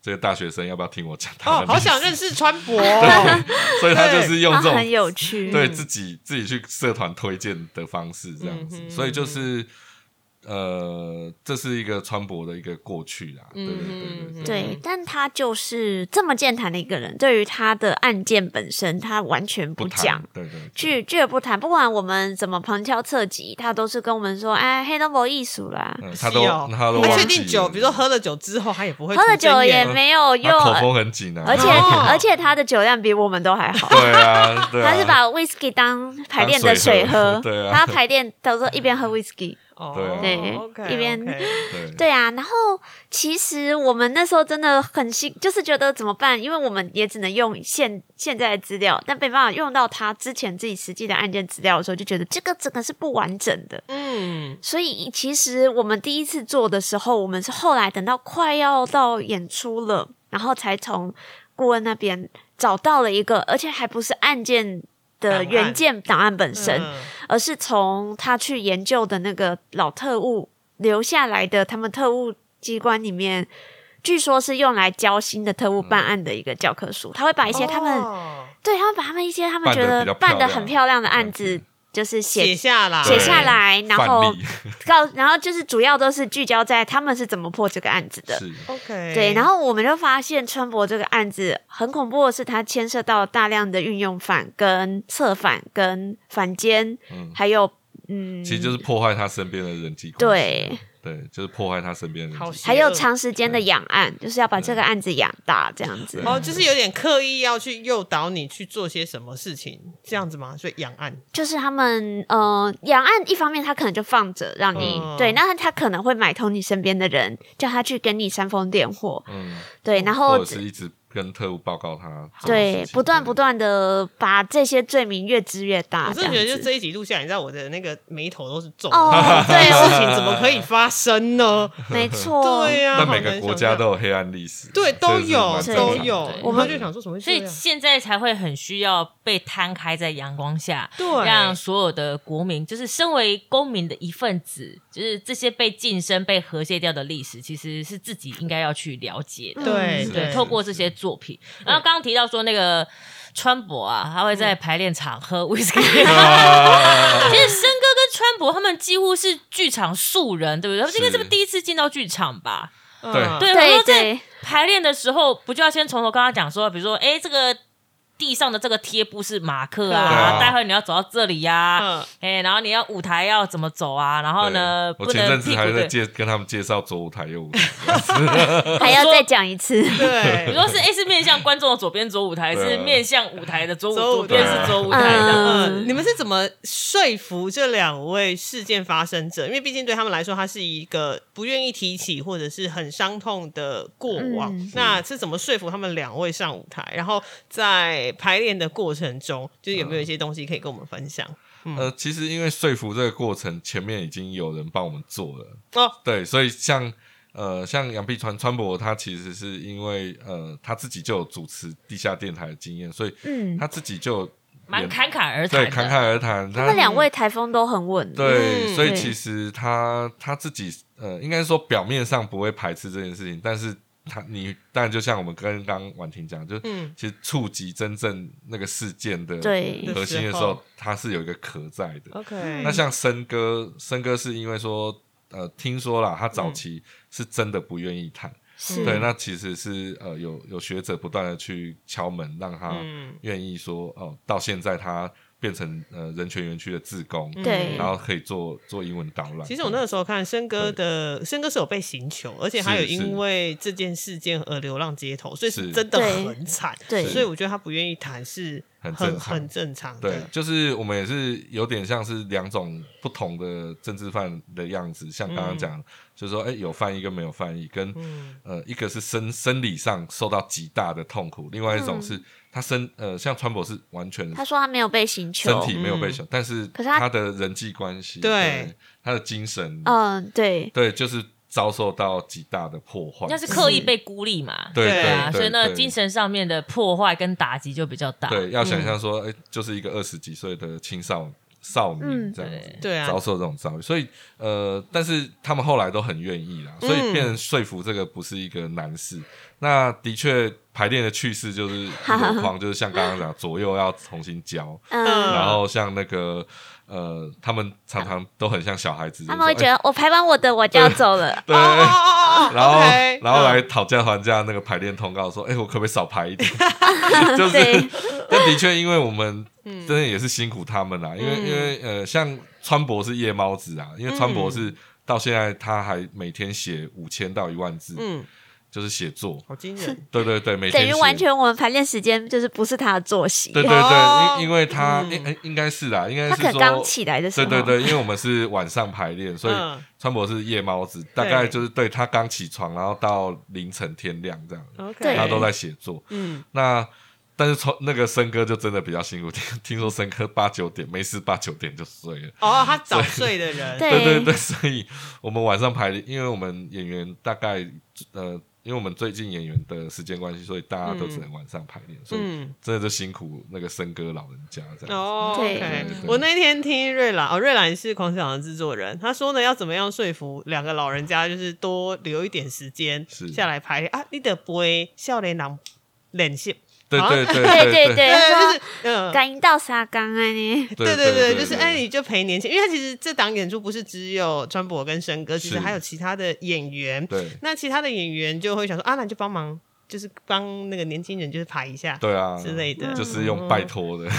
Speaker 5: 这些大学生要不要听我讲他
Speaker 2: 哦
Speaker 5: 们，的
Speaker 2: 好
Speaker 5: 历史？
Speaker 2: 想认识川博哦， [laughs]
Speaker 5: [laughs] 所以他就是用
Speaker 1: 他
Speaker 5: 这种
Speaker 1: 很有
Speaker 2: 嗯
Speaker 1: 趣，
Speaker 5: 对自己自己去社团推荐的方式这样子，
Speaker 2: 嗯哼
Speaker 5: 所以就是呃，这是一个川博的一个过去啦，对对
Speaker 2: 嗯
Speaker 5: 对对
Speaker 1: 对，但他就是这么健谈的一个人，对于他的案件本身，他完全
Speaker 5: 不谈
Speaker 1: 讲。
Speaker 5: 对对对，
Speaker 1: 拒拒而不谈，不管我们怎么旁敲侧击，他都是跟我们说：“哎，黑东博艺术啦，
Speaker 5: 嗯他都
Speaker 2: 是哦
Speaker 5: 他都
Speaker 2: 他
Speaker 5: 忘
Speaker 2: 确
Speaker 5: 记
Speaker 2: 定酒，
Speaker 5: 了嗯
Speaker 2: 比如说喝了酒之后，他也不会
Speaker 1: 喝了
Speaker 2: 吐真
Speaker 1: 酒也
Speaker 2: 言
Speaker 1: 没有
Speaker 5: 他
Speaker 1: 用，
Speaker 5: 口风很紧啊，
Speaker 1: 而且
Speaker 2: 哦
Speaker 1: 而且他的酒量比我们都还好。”
Speaker 5: 对啊，对啊，
Speaker 1: 他是把 whisky 当排练的水喝，
Speaker 5: 当水喝 [laughs] 对啊
Speaker 1: 他排练他说一边喝 whisky，
Speaker 2: 哦
Speaker 5: 对啊
Speaker 1: 对
Speaker 2: OK，嗯
Speaker 1: 一边
Speaker 2: OK
Speaker 5: 对
Speaker 1: 对啊，然后其实我们那时候真的很心，就是觉得怎么办？因为我们也只能用现现在的资料，但没办法用到他之前自己实际的案件资料的时候，就觉得这个整个是不完整的。
Speaker 2: 嗯
Speaker 1: 所以其实我们第一次做的时候，我们是后来等到快要到演出了，然后才从顾问那边找到了一个，而且还不是案件
Speaker 2: 档
Speaker 1: 的
Speaker 2: 案
Speaker 1: 原件档案本身，
Speaker 2: 嗯
Speaker 1: 而是从他去研究的那个老特务留下来的，他们特务机关里面，据说是用来教新的特务办案的一个教科书。他会把一些他们、
Speaker 2: 哦
Speaker 1: 对他们把他们一些他们
Speaker 5: 办
Speaker 1: 觉得
Speaker 5: 得比较
Speaker 1: 办的
Speaker 5: 漂亮
Speaker 1: 很漂亮的案
Speaker 5: 的
Speaker 1: 子，就是写
Speaker 2: 写下来，
Speaker 1: 写下来，
Speaker 5: 对
Speaker 1: 然后
Speaker 5: 范例
Speaker 1: 告，然后就是主要都是聚焦在他们是怎么破这个案子的。
Speaker 5: 是
Speaker 2: OK，
Speaker 1: 对，然后我们就发现川博这个案子很恐怖的是，它牵涉到大量的运用犯、跟策反、跟反间，
Speaker 5: 嗯
Speaker 1: 还有嗯，
Speaker 5: 其实就是破坏他身边的人际关系，
Speaker 1: 对，
Speaker 5: 对，就是破坏他身边的人
Speaker 2: 好
Speaker 5: 际
Speaker 1: 还有
Speaker 2: 邪恶
Speaker 1: 长时间的养案，就是要把这个案子养大这样子。
Speaker 2: 哦，就是有点刻意要去诱导你去做些什么事情，这样子吗？所以养案，
Speaker 1: [laughs] 就是他们呃，养案一方面他可能就放着让你、
Speaker 2: 嗯
Speaker 1: 对，那他可能会买通你身边的人，叫他去跟你煽风点火，
Speaker 5: 嗯，
Speaker 1: 对，然
Speaker 5: 或
Speaker 1: 后
Speaker 5: 者是一直跟特务报告他这种事
Speaker 1: 对
Speaker 5: 情，
Speaker 1: 不断不断的把这些罪名越支越大。
Speaker 2: 我真的觉得
Speaker 1: 样
Speaker 2: 就
Speaker 1: 子
Speaker 2: 这一集录下来，你知道我的那个眉头都是皱的。
Speaker 1: 哦，
Speaker 2: 这件事
Speaker 1: 对，哦
Speaker 2: 情怎么可以发生呢？
Speaker 1: 没错，
Speaker 2: 对呀、
Speaker 5: 但
Speaker 2: 好
Speaker 5: 每
Speaker 2: 难
Speaker 5: 个国
Speaker 2: 想
Speaker 5: 家
Speaker 2: 象
Speaker 5: 都有黑暗历史，
Speaker 2: 对都有
Speaker 5: 这是
Speaker 2: 都
Speaker 5: 蛮正常的
Speaker 2: 有，
Speaker 4: 对
Speaker 2: 我们就想说什么会啊
Speaker 4: 所
Speaker 2: 这
Speaker 4: 以
Speaker 2: 样？
Speaker 4: 现在才会很需要被摊开在阳光下，
Speaker 2: 对
Speaker 4: 让所有的国民，就是身为公民的一份子，就是这些被晋升、被和谐掉的历史，其实是自己应该要去了解的。
Speaker 2: 对
Speaker 1: 嗯
Speaker 4: 对，透过这些作品，然后刚刚提到说那个川博啊，他会在排练场喝 whisky，、其实森哥跟川博他们几乎是剧场素人，对不对？他们应该是不是
Speaker 5: 是
Speaker 4: 第一次进到剧场吧？
Speaker 2: 嗯
Speaker 5: 对
Speaker 4: 对，我
Speaker 1: 对
Speaker 4: 说在
Speaker 1: 对
Speaker 4: 排练的时候，不就要先从头跟他讲说，比如说，哎，这个地上的这个贴布是马克
Speaker 2: 对
Speaker 4: 啊，
Speaker 5: 啊
Speaker 4: 待会你要走到这里呀、
Speaker 2: 嗯
Speaker 4: 哎、然后你要舞台要怎么走啊，然后
Speaker 5: 对
Speaker 4: 呢，
Speaker 5: 我
Speaker 4: 不
Speaker 5: 前阵
Speaker 4: 能
Speaker 5: 子
Speaker 4: 屁
Speaker 5: 还
Speaker 4: 股
Speaker 5: 在
Speaker 4: 对。
Speaker 5: 介跟他们介绍左舞台右舞台， [laughs]
Speaker 1: 还要再讲一次。
Speaker 4: 比
Speaker 2: 对
Speaker 4: 如
Speaker 2: [laughs]
Speaker 4: 说是哎、是面向观众的左边左舞台，
Speaker 5: 对啊
Speaker 4: 是面向舞台的左舞，
Speaker 2: 左舞
Speaker 4: 左边
Speaker 5: 台
Speaker 4: 是左舞台的。
Speaker 2: 嗯，你们是怎么说服这两位事件发生者？因为毕竟对他们来说，他是一个不愿意提起或者是很伤痛的过往。
Speaker 1: 嗯
Speaker 2: 那是怎么说服他们两位上舞台？然后在排练的过程中，就是有没有一些东西可以跟我们分享？
Speaker 4: 嗯
Speaker 5: 呃，其实因为说服这个过程，前面已经有人帮我们做了，
Speaker 2: 哦，
Speaker 5: 对，所以像呃，像杨碧川川博，他其实是因为呃他自己就有主持地下电台的经验，所以
Speaker 1: 嗯，
Speaker 5: 他自己就有
Speaker 4: 蛮
Speaker 5: 演
Speaker 4: 侃侃而谈
Speaker 5: 对
Speaker 4: 的，
Speaker 5: 侃侃而谈，
Speaker 1: 他们两位台风都很稳。
Speaker 5: 对，
Speaker 2: 嗯
Speaker 5: 所以
Speaker 1: 对
Speaker 5: 其实他他自己呃，应该说表面上不会排斥这件事情，但是他你但就像我们跟刚刚婉婷讲，就
Speaker 2: 嗯
Speaker 5: 其实触及真正那个事件的
Speaker 1: 对
Speaker 5: 核心的时
Speaker 2: 的时候哦
Speaker 5: 候，它是有一个壳在的。
Speaker 2: ，OK，
Speaker 5: 那像森哥，森哥是因为说，呃，听说啦，他
Speaker 2: 嗯
Speaker 5: 早期是真的不愿意谈，
Speaker 1: 是
Speaker 5: 对，那其实是呃有有学者不断的去敲门，让他
Speaker 2: 嗯
Speaker 5: 愿意说哦、到现在他变成呃人权园区的志工，
Speaker 1: 对
Speaker 5: 然后可以做做英文导览。
Speaker 2: 嗯其实我那个时候看申哥的，申哥是有被刑求，而且他有因为这件事件而流浪街头，所以是
Speaker 5: 是
Speaker 2: 真的
Speaker 1: 对
Speaker 2: 很惨。
Speaker 1: 对
Speaker 2: 所以我觉得他不愿意谈是
Speaker 5: 很
Speaker 2: 很
Speaker 5: 正常
Speaker 2: 很正常
Speaker 5: 对
Speaker 2: 的，。
Speaker 5: 就是我们也是有点像是两种不同的政治犯的样子，像
Speaker 2: 嗯
Speaker 5: 刚刚讲，就是说，哎，有翻译跟没有翻译，跟、
Speaker 1: 嗯
Speaker 5: 呃，一个是生生理上受到极大的痛苦，另外
Speaker 2: 嗯
Speaker 5: 一种是他身呃，像川博是完全
Speaker 1: 他说他没有被刑
Speaker 5: 身
Speaker 1: 求，
Speaker 5: 体没有被选，但是
Speaker 1: 可是他
Speaker 5: 他的人际关系，
Speaker 2: 嗯对
Speaker 5: 他的精神，
Speaker 1: 嗯，对，
Speaker 5: 对，就是遭受到极大的破坏，
Speaker 4: 那是刻意被孤立嘛？
Speaker 5: 对
Speaker 2: 对
Speaker 4: 啊，
Speaker 5: 对
Speaker 4: 所以那
Speaker 5: 对
Speaker 4: 精神上面的破坏跟打击就比较大。
Speaker 5: 对，要想象说，哎、就是一个二十几岁的青少少年这样子，
Speaker 2: 对啊
Speaker 5: 遭受这种遭遇，所以呃，但是他们后来都很愿意啦，所以变成说服这个不是一个难事。那的确排练的趣事就是很狂，就是像刚刚讲，左右要重新教，
Speaker 1: 嗯，
Speaker 5: 然后像那个呃，他们常常都很像小孩子，
Speaker 1: 他们会
Speaker 5: 就
Speaker 1: 觉
Speaker 5: 是
Speaker 1: 得我排完我的我就要走了，
Speaker 5: 说
Speaker 2: 哦
Speaker 5: 哎
Speaker 2: 哦 [laughs]
Speaker 5: 对。
Speaker 2: 哦哦
Speaker 5: [laughs] 然后
Speaker 2: OK，
Speaker 5: 然后来
Speaker 2: 嗯
Speaker 5: 讨价还价那个排练通告说，哎、我可不可以少排一点？
Speaker 1: [laughs]
Speaker 5: 就是
Speaker 1: 对，
Speaker 5: [laughs] 但的确，因为我们
Speaker 2: 嗯
Speaker 5: 真的也是辛苦他们啦，因为因为呃，像川博是夜猫子啊，因为川博
Speaker 2: 嗯
Speaker 5: 是到现在他还每天写五千到一万字，
Speaker 2: 嗯，
Speaker 5: 就是写作，
Speaker 2: 好惊人，
Speaker 5: 对对对，每天
Speaker 1: 等
Speaker 5: 写
Speaker 1: 于完。全我们排练时间就是不是他的作息，
Speaker 5: 对对
Speaker 2: 哦
Speaker 5: 对，因因为他
Speaker 2: 嗯
Speaker 5: 应应该是啦，应该
Speaker 1: 他
Speaker 5: 是
Speaker 1: 可能
Speaker 5: 说
Speaker 1: 刚起来的时
Speaker 5: 对
Speaker 1: 候，
Speaker 5: 对对，因为我们是晚上排练，所以
Speaker 2: 嗯
Speaker 5: 川博是夜猫子，大概就是对他刚起床，然后到凌晨天亮这样，
Speaker 2: ，OK，
Speaker 1: 对
Speaker 5: 他都在写作。
Speaker 2: 嗯，
Speaker 5: 那但是从那个森哥就真的比较辛苦，听听说森哥八九点没事八九点就睡了。
Speaker 2: 哦，他早睡的人，
Speaker 1: 对
Speaker 5: 对对对，所以我们晚上排，因为我们演员大概呃，因为我们最近演员的时间关系，所以大家都只能晚上排练，所以
Speaker 2: 嗯。
Speaker 5: 真的就辛苦那个森哥老人家这样。
Speaker 2: 哦、o
Speaker 1: 对
Speaker 2: k
Speaker 5: 对对
Speaker 2: 我那天听瑞兰哦，瑞兰是狂想的制作人，他说呢，要怎么样说服两个老人家，就是多留一点时间
Speaker 5: 是
Speaker 2: 下来排练啊，你得不会笑脸郎脸线，
Speaker 5: 对对对
Speaker 1: 对对啊
Speaker 5: 对
Speaker 1: 对，
Speaker 2: 对，
Speaker 1: 说
Speaker 2: 就是嗯。
Speaker 1: 感应到啥刚啊你，
Speaker 2: 对
Speaker 5: 对
Speaker 2: 对，就是哎，你就陪年轻，因为他其实这档演出不是只有川博跟申哥，其实
Speaker 5: 是
Speaker 2: 还有其他的演员。
Speaker 5: 对
Speaker 2: 那其他的演员就会想说啊，那你就帮忙，就是帮那个年轻人就是排一下。
Speaker 5: 对啊
Speaker 2: 之类的
Speaker 5: 就是用拜托的，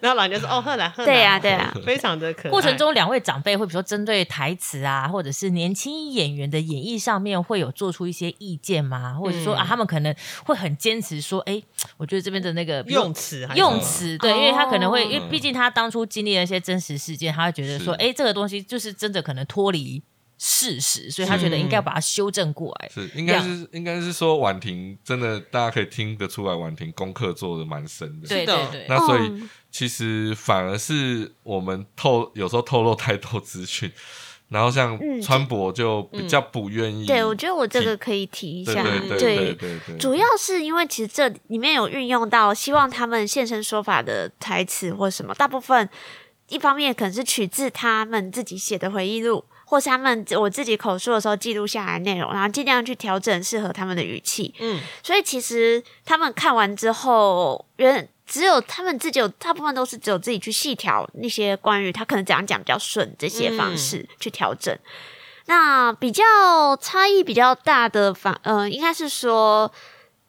Speaker 2: 然后老人家说哦，贺兰贺兰，
Speaker 1: 对啊呀对呀，
Speaker 2: 非常的可爱。
Speaker 4: [laughs] 过程中，两位长辈会比如说针对台词啊，或者是年轻演员的演绎上面，会有做出一些意见吗？或者说、
Speaker 2: 嗯
Speaker 4: 啊，他们可能会很坚持说，哎、我觉得这边的那个比如
Speaker 2: 用词还是
Speaker 4: 用词，对，因为他可能会，
Speaker 1: 哦
Speaker 4: 因为毕竟他当初经历了一些真实事件，他会觉得说，
Speaker 5: 是
Speaker 4: 哎，这个东西就是真的可能脱离事实，所以他觉得应该把它修正过来。
Speaker 5: 是应该是应该是说婉婷真的大家可以听得出来，婉婷功课做的蛮深的，
Speaker 4: 对
Speaker 2: 是的
Speaker 4: 对对，
Speaker 5: 那所以
Speaker 1: 嗯
Speaker 5: 其实反而是我们透有时候透露太多资讯，然后像
Speaker 1: 嗯
Speaker 5: 川博就比较不愿意。
Speaker 1: 对我觉得我这个可以提一
Speaker 5: 对
Speaker 1: 下，
Speaker 5: 对对对对对，
Speaker 1: 主要是因为其实这里面有运用到，希望他们现身说法的台词或什么，大部分一方面可能是取自他们自己写的回忆录，或是他们我自己口述的时候记录下来的内容，然后尽量去调整适合他们的语气。
Speaker 2: 嗯，
Speaker 1: 所以其实他们看完之后，原只有他们自己有，大部分都是只有自己去细调那些关于他可能怎样讲比较顺这些
Speaker 5: 嗯
Speaker 1: 方式去调整。那比较差异比较大的反，呃，应该是说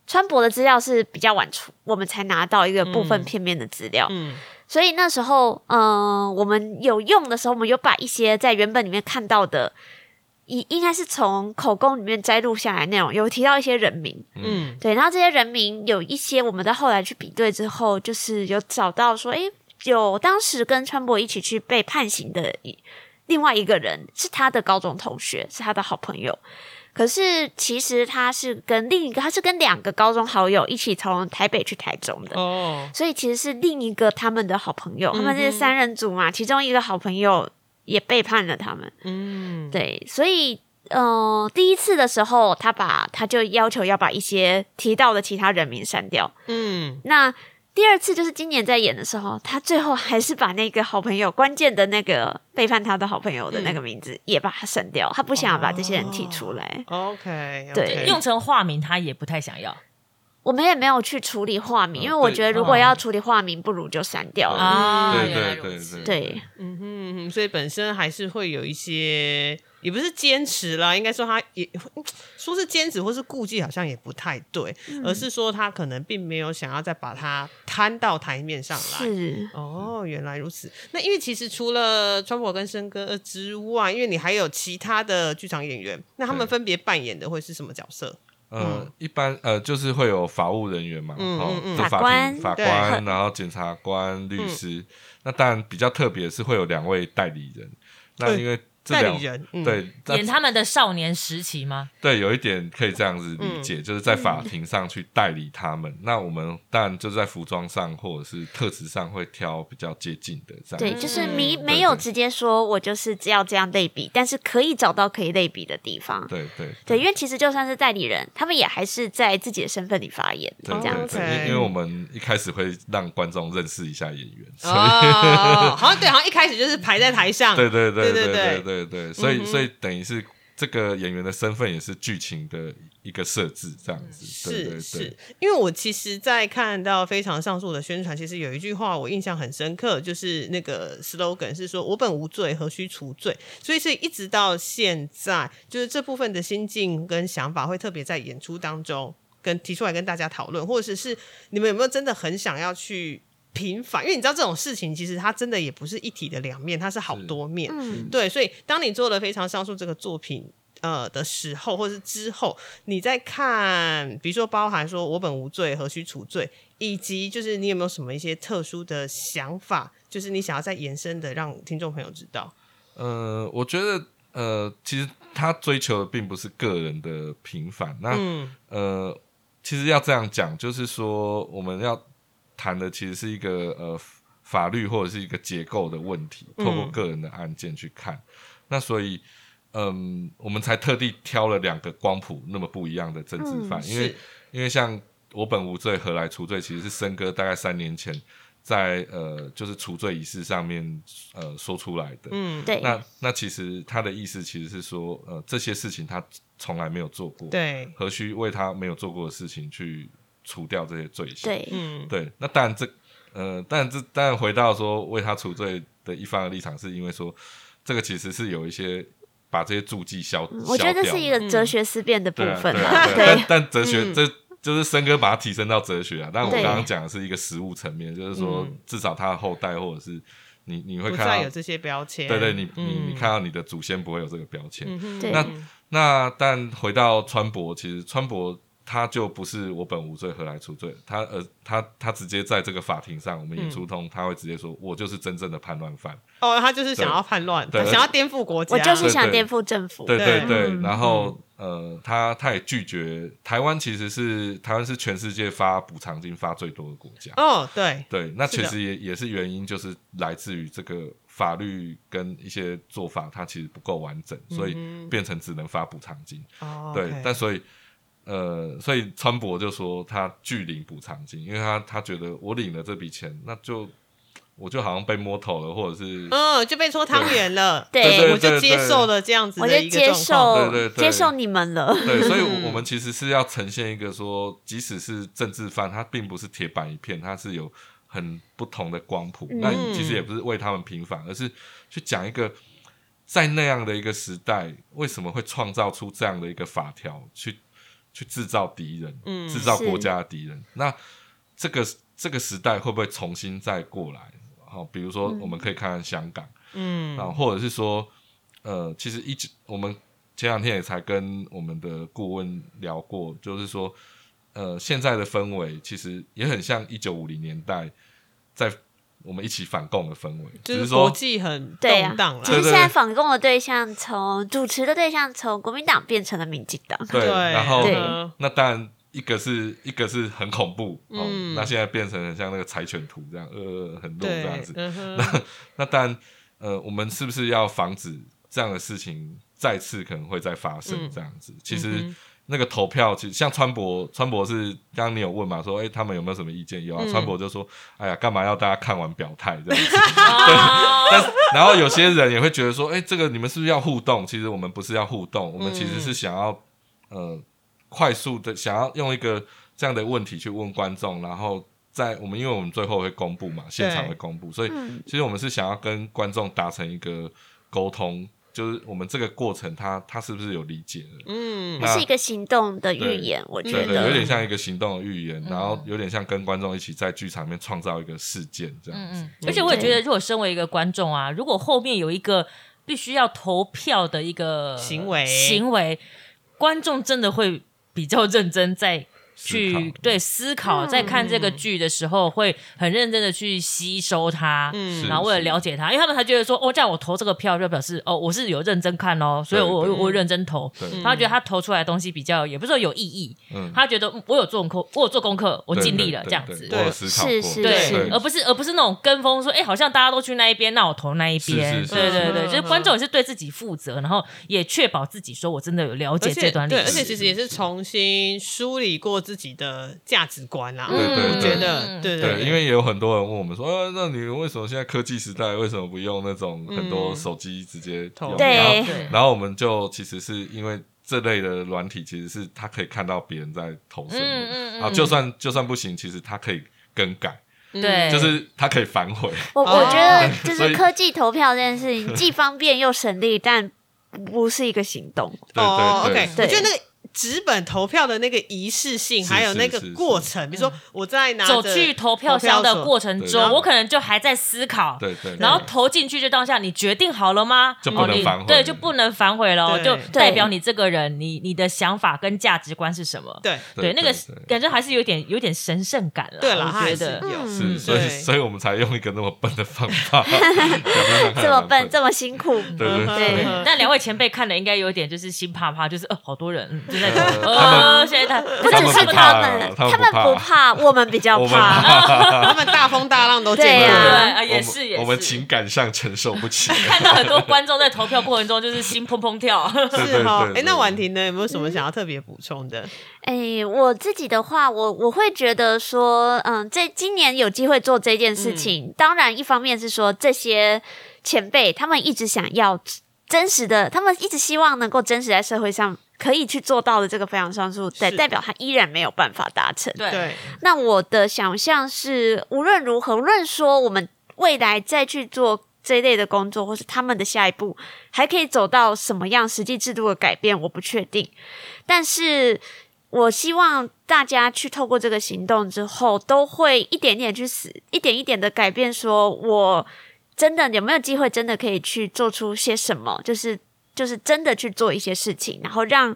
Speaker 1: 川博的资料是比较晚出，我们才拿到一个部分片面的资料。
Speaker 2: 嗯
Speaker 1: 所以那时候，嗯、我们有用的时候，我们有把一些在原本里面看到的，应应该是从口供里面摘录下来的内容，有提到一些人名，
Speaker 2: 嗯
Speaker 1: 对，然后这些人名有一些，我们在后来去比对之后，就是有找到说，诶，有当时跟川博一起去被判刑的一另外一个人是他的高中同学，是他的好朋友。可是其实他是跟另一个，他是跟两个高中好友一起从台北去台中的，
Speaker 2: 哦，
Speaker 1: 所以其实是另一个他们的好朋友，他们是三人组嘛，其中一个好朋友也背叛了他们。
Speaker 2: 嗯，
Speaker 1: 对，所以呃，第一次的时候，他把他就要求要把一些提到的其他人名删掉。
Speaker 2: 嗯，
Speaker 1: 那第二次就是今年在演的时候，他最后还是把那个好朋友关键的那个背叛他的好朋友的那个名字、也把它删掉，他不想要把这些人提出来。
Speaker 2: 哦 OK，
Speaker 1: 对
Speaker 4: 用成化名他也不太想要，
Speaker 1: 我们也没有去处理化名，因为我觉得如果要处理化名，不如就删掉了。
Speaker 4: 啊，
Speaker 5: 对
Speaker 4: 原来如
Speaker 5: 对
Speaker 4: 此
Speaker 5: 对
Speaker 1: 对，
Speaker 2: 嗯哼嗯哼，所以本身还是会有一些，也不是坚持啦，应该说他也说是坚持或是顾忌，好像也不太对，
Speaker 1: 嗯
Speaker 2: 而是说他可能并没有想要再把它摊到台面上来。
Speaker 1: 是
Speaker 2: 哦，原来如此。那因为其实除了川普跟申哥之外，因为你还有其他的剧场演员，那他们
Speaker 5: 对
Speaker 2: 分别扮演的会是什么角色？
Speaker 5: 呃，一般呃就是会有法务人员嘛，
Speaker 2: 嗯
Speaker 5: 哦
Speaker 2: 嗯嗯
Speaker 5: 就
Speaker 1: 法
Speaker 5: 法
Speaker 1: 官
Speaker 5: 庭法
Speaker 2: 对
Speaker 5: 官，然后检察官、律师。那当然比较特别是会有两位代理人，那
Speaker 2: 对
Speaker 5: 因为这
Speaker 2: 代
Speaker 5: 两
Speaker 2: 理人，嗯，
Speaker 5: 对那
Speaker 4: 演他们的少年时期
Speaker 2: [laughs]
Speaker 4: 吗？
Speaker 5: 对，有一点可以这样子理解，就是在法庭上去代理他们。那我们当然就在服装上或者是特质上会挑比较接近的这样子。
Speaker 1: 对，就是
Speaker 2: 嗯
Speaker 1: 没
Speaker 2: 对
Speaker 1: 没有
Speaker 5: 对
Speaker 1: 直接说我就是只要这样类比，但是可以找到可以类比的地方。
Speaker 5: 对对
Speaker 1: 对，因为其实就算是代理人，他们也还是在自己的身份里发言，这
Speaker 5: 对
Speaker 1: 样
Speaker 5: 对
Speaker 1: 子。
Speaker 5: 对，
Speaker 2: OK
Speaker 5: 因因为我们一开始会让观众认识一下演员，所以、 [laughs]
Speaker 2: 哦，好像对，好像一开始就是排在台上，
Speaker 5: 对对
Speaker 2: 对
Speaker 5: 对对
Speaker 2: 对
Speaker 5: 对对对，所以所以等于是这个演员的身份也是剧情的一个设置，这样子。对
Speaker 2: 嗯是
Speaker 5: 对
Speaker 2: 是
Speaker 5: 对，，
Speaker 2: 因为我其实，在看到非常上述的宣传，其实有一句话我印象很深刻，就是那个 slogan 是说“我本无罪，何须除罪”，所以是一直到现在，就是这部分的心境跟想法会特别在演出当中跟提出来跟大家讨论，或者是你们有没有真的很想要去平反？因为你知道这种事情，其实它真的也不是一体的两面，它是好多面。
Speaker 1: 嗯，
Speaker 2: 对，所以当你做了非常上述这个作品。呃的时候，或是之后，你在看，比如说包含说“我本无罪，何须处罪”，以及就是你有没有什么一些特殊的想法，就是你想要再延伸的，让听众朋友知道。
Speaker 5: 呃，我觉得呃，其实他追求的并不是个人的平凡，那、
Speaker 2: 嗯
Speaker 5: 呃，其实要这样讲，就是说我们要谈的其实是一个呃法律或者是一个结构的问题，透过
Speaker 2: 嗯
Speaker 5: 个人的案件去看。那所以，嗯，我们才特地挑了两个光谱那么不一样的政治犯，
Speaker 1: 嗯
Speaker 5: 因为
Speaker 2: 是
Speaker 5: 因为像我本无罪，何来除罪，其实是森哥大概三年前在呃就是除罪仪式上面呃说出来的。
Speaker 2: 嗯，
Speaker 1: 对，
Speaker 5: 那那其实他的意思其实是说，呃，这些事情他从来没有做过，
Speaker 2: 对，
Speaker 5: 何须为他没有做过的事情去除掉这些罪行？
Speaker 1: 对，
Speaker 2: 嗯，
Speaker 5: 对，那当然这呃，但这当然回到说为他除罪的一方的立场，是因为说这个其实是有一些把这些注记消，
Speaker 1: 嗯我觉得这是一
Speaker 5: 个
Speaker 1: 个哲学思辨的部
Speaker 5: 对啊
Speaker 1: 分
Speaker 5: 对
Speaker 1: 啦
Speaker 5: 啊，对
Speaker 1: [laughs]
Speaker 5: 啊
Speaker 1: 对
Speaker 5: 但但哲学
Speaker 2: 嗯
Speaker 5: 这。就是森哥把它提升到哲学啊，但我
Speaker 1: 对
Speaker 5: 刚刚讲的是一个实物层面，就是说
Speaker 2: 嗯
Speaker 5: 至少他的后代或者是你，你会
Speaker 2: 不
Speaker 5: 看
Speaker 2: 再有
Speaker 5: 到，
Speaker 2: 这些标签。
Speaker 5: 对对，你你你
Speaker 2: 嗯
Speaker 5: 看到你的祖先不会有这个标签，
Speaker 2: 嗯哼
Speaker 1: 对
Speaker 5: 那那但回到川博，其实川博他就不是我本无罪何来除罪，他呃他他直接在这个法庭上，我们演
Speaker 2: 嗯
Speaker 5: 出通、他会直接说，我就是真正的叛乱犯，
Speaker 2: 哦，他就是想要叛乱，
Speaker 5: 对
Speaker 2: 他
Speaker 5: 对
Speaker 2: 想要颠覆国家，
Speaker 1: 我就是
Speaker 5: 对
Speaker 1: 想
Speaker 5: 对
Speaker 1: 颠覆政府。
Speaker 5: 对对
Speaker 2: 对
Speaker 5: 对，
Speaker 1: 嗯
Speaker 5: 然后呃他他也拒绝台湾，其实是台湾是全世界发补偿金发最多的国家，
Speaker 2: 哦，对，
Speaker 5: 对，那
Speaker 2: 是的
Speaker 5: 其实也也是原因，就是来自于这个法律跟一些做法，它其实不够完整，所以
Speaker 2: 嗯哼
Speaker 5: 变成只能发补偿金。
Speaker 2: 哦，
Speaker 5: 对
Speaker 2: OK
Speaker 5: 但所以呃，所以川博就说他拒领补偿金，因为他他觉得我领了这笔钱，那就我就好像被摸头了，或者是、
Speaker 2: 嗯，就被搓汤圆了，
Speaker 1: 对对对
Speaker 2: 我就
Speaker 5: 对
Speaker 2: 接
Speaker 5: 对
Speaker 2: 受了这样子
Speaker 1: 我
Speaker 2: 的
Speaker 1: 就
Speaker 2: 一个
Speaker 1: 接
Speaker 2: 状况。
Speaker 1: 受
Speaker 5: 对对对
Speaker 1: 接受你们了，
Speaker 5: 对，所以
Speaker 2: 嗯
Speaker 5: 我我们其实是要呈现一个说，即使是政治犯，他并不是铁板一片，他是有很不同的光谱。那
Speaker 2: 嗯
Speaker 5: 其实也不是为他们平反，而是去讲一个。在那样的一个时代，为什么会创造出这样的一个法条去去制造敌人，
Speaker 2: 嗯
Speaker 5: 制造国
Speaker 1: 是
Speaker 5: 家的敌人？那这个这个时代会不会重新再过来？好、比如说我们可以看看香港，
Speaker 2: 嗯，
Speaker 5: 啊，或者是说，呃，其实一直我们前两天也才跟我们的顾问聊过，就是说，呃，现在的氛围其实也很像一九五零年代在我们一起反共的氛围，
Speaker 2: 就
Speaker 5: 只
Speaker 2: 是
Speaker 5: 是
Speaker 2: 国
Speaker 5: 说，
Speaker 2: 际很
Speaker 1: 对啊
Speaker 2: 动荡
Speaker 1: 其
Speaker 5: 对
Speaker 1: 实
Speaker 2: 了。
Speaker 5: 对
Speaker 1: 现在反共的对象从主持的对象从国民党变成了民进党，
Speaker 5: 对，然后
Speaker 1: 对
Speaker 2: 嗯
Speaker 5: 那当然。一个是一个是很恐怖，哦，
Speaker 2: 嗯
Speaker 5: 那现在变成很像那个柴犬图这样，呃，很弱
Speaker 2: 对
Speaker 5: 这
Speaker 4: 啊
Speaker 5: 样子，。
Speaker 2: 嗯哼
Speaker 5: 那那当然，呃，我们是不是要防止这样的事情再次可能会再发生
Speaker 2: 嗯
Speaker 5: 这样子？其实
Speaker 2: 嗯哼
Speaker 5: 那个投票，其实像川博，川博是刚刚你有问嘛，说哎、诶他们有没有什么意见？有啊，
Speaker 2: 嗯
Speaker 5: 川博就说，哎呀，干嘛要大家看完表态这样子？ [laughs]
Speaker 4: 啊
Speaker 5: 但是然后有些人也会觉得说，哎、这个你们是不是要互动？其实我
Speaker 2: 嗯
Speaker 5: 们不是要互动，我们其实是想要、呃快速的想要用一个这样的问题去问观众，然后在我们因为我们最后会公布嘛，现场会公布，所以其实我们是想要跟观众达成一个沟通，就是我们这个过程他他是不是有理解的？
Speaker 2: 嗯，
Speaker 1: 它是一个行动的预言，我觉
Speaker 5: 对对，有
Speaker 1: 得
Speaker 5: 点像一个行动的预言，然后有点像跟观众一起在剧场里面创造一个事件这样子。
Speaker 4: 嗯，而且我也觉得，如果身为一个观众啊，如果后面有一个必须要投票的一个
Speaker 2: 行为
Speaker 4: 行为，观众真的会比较认真在去
Speaker 5: 思考嗯
Speaker 4: 对思考，在看这个剧的时候，会很认真的去吸收它，
Speaker 5: [laughs] 嗯
Speaker 2: 嗯
Speaker 5: 是
Speaker 4: 然后为了了解它，因为他们才觉得说，哦，这样我投这个票就表示哦，我是有认真看哦，所以我我
Speaker 5: 对对
Speaker 4: 我认真投
Speaker 5: 对，
Speaker 4: 他觉得他投出来的东西比较也不是说有意义，
Speaker 5: 嗯
Speaker 4: 他觉得嗯我有做功课，我有做功课，我
Speaker 5: 对
Speaker 4: 尽
Speaker 5: 对
Speaker 4: 力了
Speaker 5: 对
Speaker 4: 这样
Speaker 5: 对
Speaker 4: 子。
Speaker 5: 我有思考过，
Speaker 1: 是是
Speaker 4: 对，
Speaker 5: 是
Speaker 4: 而不是而不是那种跟风说，哎、好像大家都去那一边，那我投那一边。
Speaker 5: 是是是
Speaker 4: 对对
Speaker 2: 是
Speaker 4: 对，
Speaker 2: 是
Speaker 4: 就是观众也是对自己负责，然后也确保自己说我真的有了
Speaker 2: 而
Speaker 4: 解这
Speaker 2: 且
Speaker 4: 段历
Speaker 2: 对，
Speaker 4: 史。
Speaker 2: 而且其实也是重新梳理过自己的价值观啦。
Speaker 5: 对对
Speaker 2: 我
Speaker 5: 对
Speaker 2: 觉
Speaker 4: 嗯
Speaker 2: 得，对
Speaker 5: 对，因为也有很多人问我们说，呃、那你为什么现在科技时代为什么不用那种很多手机直接
Speaker 2: 投
Speaker 5: 用？
Speaker 2: 票
Speaker 5: 然后
Speaker 4: 对
Speaker 5: 然后我们就其实是因为这类的软体，其实是它可以看到别人在投什么，
Speaker 4: 嗯嗯嗯
Speaker 5: 啊，就算就算不行，其实它可以更改，
Speaker 2: 嗯
Speaker 4: 对，
Speaker 5: 就是它可以反悔。
Speaker 1: 我
Speaker 2: 哦
Speaker 1: 我觉得就
Speaker 5: 所
Speaker 1: 是
Speaker 5: 以
Speaker 1: 科技投票这件事情既方便又省力，但不是一个行
Speaker 5: [laughs]
Speaker 1: 动。
Speaker 5: 对
Speaker 2: 哦
Speaker 5: 对对
Speaker 2: ，OK，我觉得那个纸本投票的那个仪式性，
Speaker 5: 是
Speaker 2: 还有那个
Speaker 5: 是是是
Speaker 2: 过程，比如说我在拿
Speaker 4: 嗯走
Speaker 2: 着
Speaker 4: 去投票箱的
Speaker 2: 所
Speaker 4: 过程
Speaker 5: 对
Speaker 4: 中，我可能就还在思考。
Speaker 5: 对对对
Speaker 4: 然后投进去就当下，你决定好了吗？
Speaker 5: 就不能
Speaker 4: 哦你
Speaker 5: 反悔
Speaker 4: 对，就不能反悔了哦，
Speaker 2: 对
Speaker 4: 就代表你这个人，你你的想法跟价值观是什么？
Speaker 2: 对
Speaker 5: 对
Speaker 4: 那个
Speaker 5: 对对
Speaker 4: 感觉还是有点有点神圣感了。
Speaker 2: 对了，
Speaker 4: 我
Speaker 2: 它还
Speaker 4: 觉
Speaker 2: 是
Speaker 4: 得嗯
Speaker 2: 有
Speaker 5: 是，所以
Speaker 2: 对
Speaker 5: 所以我们才用一个那么笨的方
Speaker 4: [laughs]
Speaker 5: 法，表
Speaker 1: 这么
Speaker 5: 面上看还蛮
Speaker 1: 笨，这么辛苦，
Speaker 5: 对
Speaker 2: 嗯
Speaker 5: 对
Speaker 1: 对
Speaker 5: [laughs] 对，
Speaker 4: 但两位前辈看了应该有点就是心怕怕，就是呃好多人嗯就在
Speaker 5: 呃
Speaker 4: 呃现在他不
Speaker 1: 不只是
Speaker 5: 不
Speaker 1: 他
Speaker 5: 怕
Speaker 1: 们，
Speaker 5: 他们
Speaker 1: 他们
Speaker 5: 不
Speaker 1: 不怕，
Speaker 5: 怕
Speaker 1: 我们
Speaker 5: [laughs]
Speaker 1: 比较
Speaker 5: 我们
Speaker 1: 怕。
Speaker 2: 他们大风大浪都见
Speaker 1: 对
Speaker 2: 过
Speaker 1: 啊
Speaker 2: 了。
Speaker 4: 对
Speaker 5: 我
Speaker 4: 啊也
Speaker 5: 们
Speaker 4: 是也
Speaker 5: 我们
Speaker 4: 是
Speaker 5: 情感上承受不
Speaker 4: [laughs]
Speaker 5: 起。
Speaker 4: 看到很多观众在投票过程中就是心砰砰跳，
Speaker 5: 对
Speaker 2: 是
Speaker 5: 对
Speaker 2: 哈
Speaker 5: 对，对
Speaker 2: 哎，那婉婷呢？有没有
Speaker 4: 嗯
Speaker 2: 什么想要特别补充的？
Speaker 1: [laughs] 哎，我自己的话，我我会觉得说，嗯，这今年有机会做这件事
Speaker 5: 嗯
Speaker 1: 情，当然一方面是说这些前辈他们一直想要真实的，他们一直希望能够真实在社会上可以去做到的这个非常上诉，对，
Speaker 2: 是
Speaker 1: 代表他依然没有办法达成。
Speaker 4: 对
Speaker 2: 对，
Speaker 1: 那我的想象是，无论如何，无论说我们未来再去做这一类的工作，或是他们的下一步还可以走到什么样实际制度的改变，我不确定。但是我希望大家去透过这个行动之后，都会一点点去死，一点一点的改变，说我真的有没有机会，真的可以去做出些什么，就是就是真的去做一些事情，然后让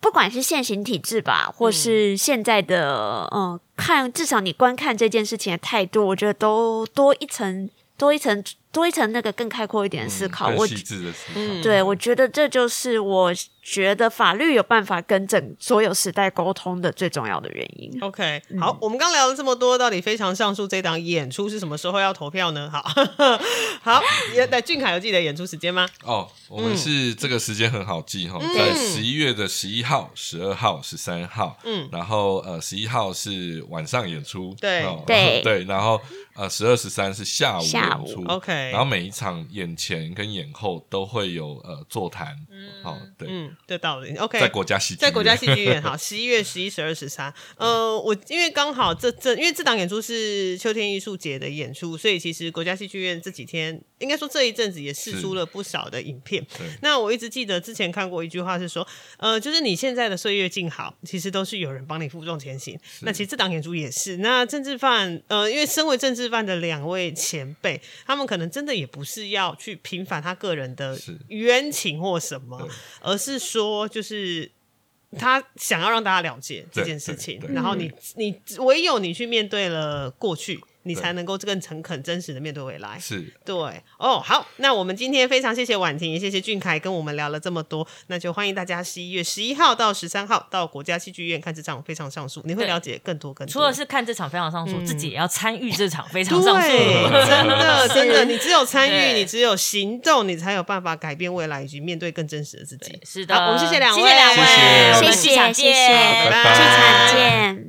Speaker 1: 不管是现行体制吧，或是现在的嗯、呃看至少你观看这件事情的态度，我觉得都多一层多一层多一层那个更开阔一点的思考。
Speaker 5: 更
Speaker 1: 我
Speaker 5: 细致的思考。
Speaker 2: 嗯
Speaker 1: 对，我觉得这就是我觉得法律有办法跟整所有时代沟通的最重要的原因。
Speaker 2: OK，好，我们刚聊了这么多，到底《非常上述》这档演出是什么时候要投票呢？好， [laughs] 好，也那俊凯有自己的演出时间吗？
Speaker 5: 哦，我们是这个时间很好记哈，
Speaker 2: 嗯
Speaker 5: 在十一月的十一号、十二号、十三号，
Speaker 2: 嗯
Speaker 5: 然后呃，十一号是晚上演出，
Speaker 2: 对
Speaker 5: 哦
Speaker 1: 对
Speaker 5: [laughs] 对，然后呃，十二、十三是下午
Speaker 1: 下午
Speaker 5: 演出
Speaker 2: OK
Speaker 5: 然后每一场演前跟演后都会有呃座谈，哦，对，
Speaker 2: 嗯，这道理 OK，
Speaker 5: 在国家戏剧院，
Speaker 2: 在国家戏剧院，
Speaker 5: [laughs]
Speaker 2: 好，十一月十一、十二、十三。
Speaker 5: 嗯
Speaker 2: 呃，我因为刚好这这，因为这档演出是秋天艺术节的演出，所以其实国家戏剧院这几天，应该说这一阵子也试出了不少的影片
Speaker 5: 对。
Speaker 2: 那我一直记得之前看过一句话是说，呃，就是你现在的岁月静好，其实都是有人帮你负重前行。那其实这档演出也是。那政治犯，呃，因为身为政治犯的两位前辈，他们可能真的也不是要去平反他个人的
Speaker 5: 是
Speaker 2: 冤情或什么
Speaker 5: 对，
Speaker 2: 而是说就是。他想要让大家了解这
Speaker 5: 对
Speaker 2: 件事情
Speaker 5: 对，嗯对
Speaker 2: 然后你你唯有你去面对了过去，你
Speaker 5: 对
Speaker 2: 才能够更诚恳、真实的面对未来。
Speaker 5: 是
Speaker 2: 对哦，好，那我们今天非常谢谢婉婷，也谢谢俊凯跟我们聊了这么多，那就欢迎大家十一月十一号到十三号到国家戏剧院看这场非常上诉，你会
Speaker 4: 对
Speaker 2: 了解更多更多。
Speaker 4: 除了是看这场非常上诉，自己也要参与这场非常上诉。
Speaker 2: 嗯
Speaker 4: [laughs]
Speaker 2: [laughs] 对，真的真的，你只有参与，
Speaker 4: 对
Speaker 2: 你只有行动，你才有办办法改变未来以及面对更真实的自己。
Speaker 4: 是的，
Speaker 2: 好我们谢谢两位
Speaker 4: 谢谢两位，我
Speaker 5: 谢
Speaker 1: 谢
Speaker 4: 们
Speaker 1: 谢
Speaker 4: 剧场
Speaker 1: 谢谢，
Speaker 4: 见
Speaker 5: 拜拜
Speaker 1: 剧场见。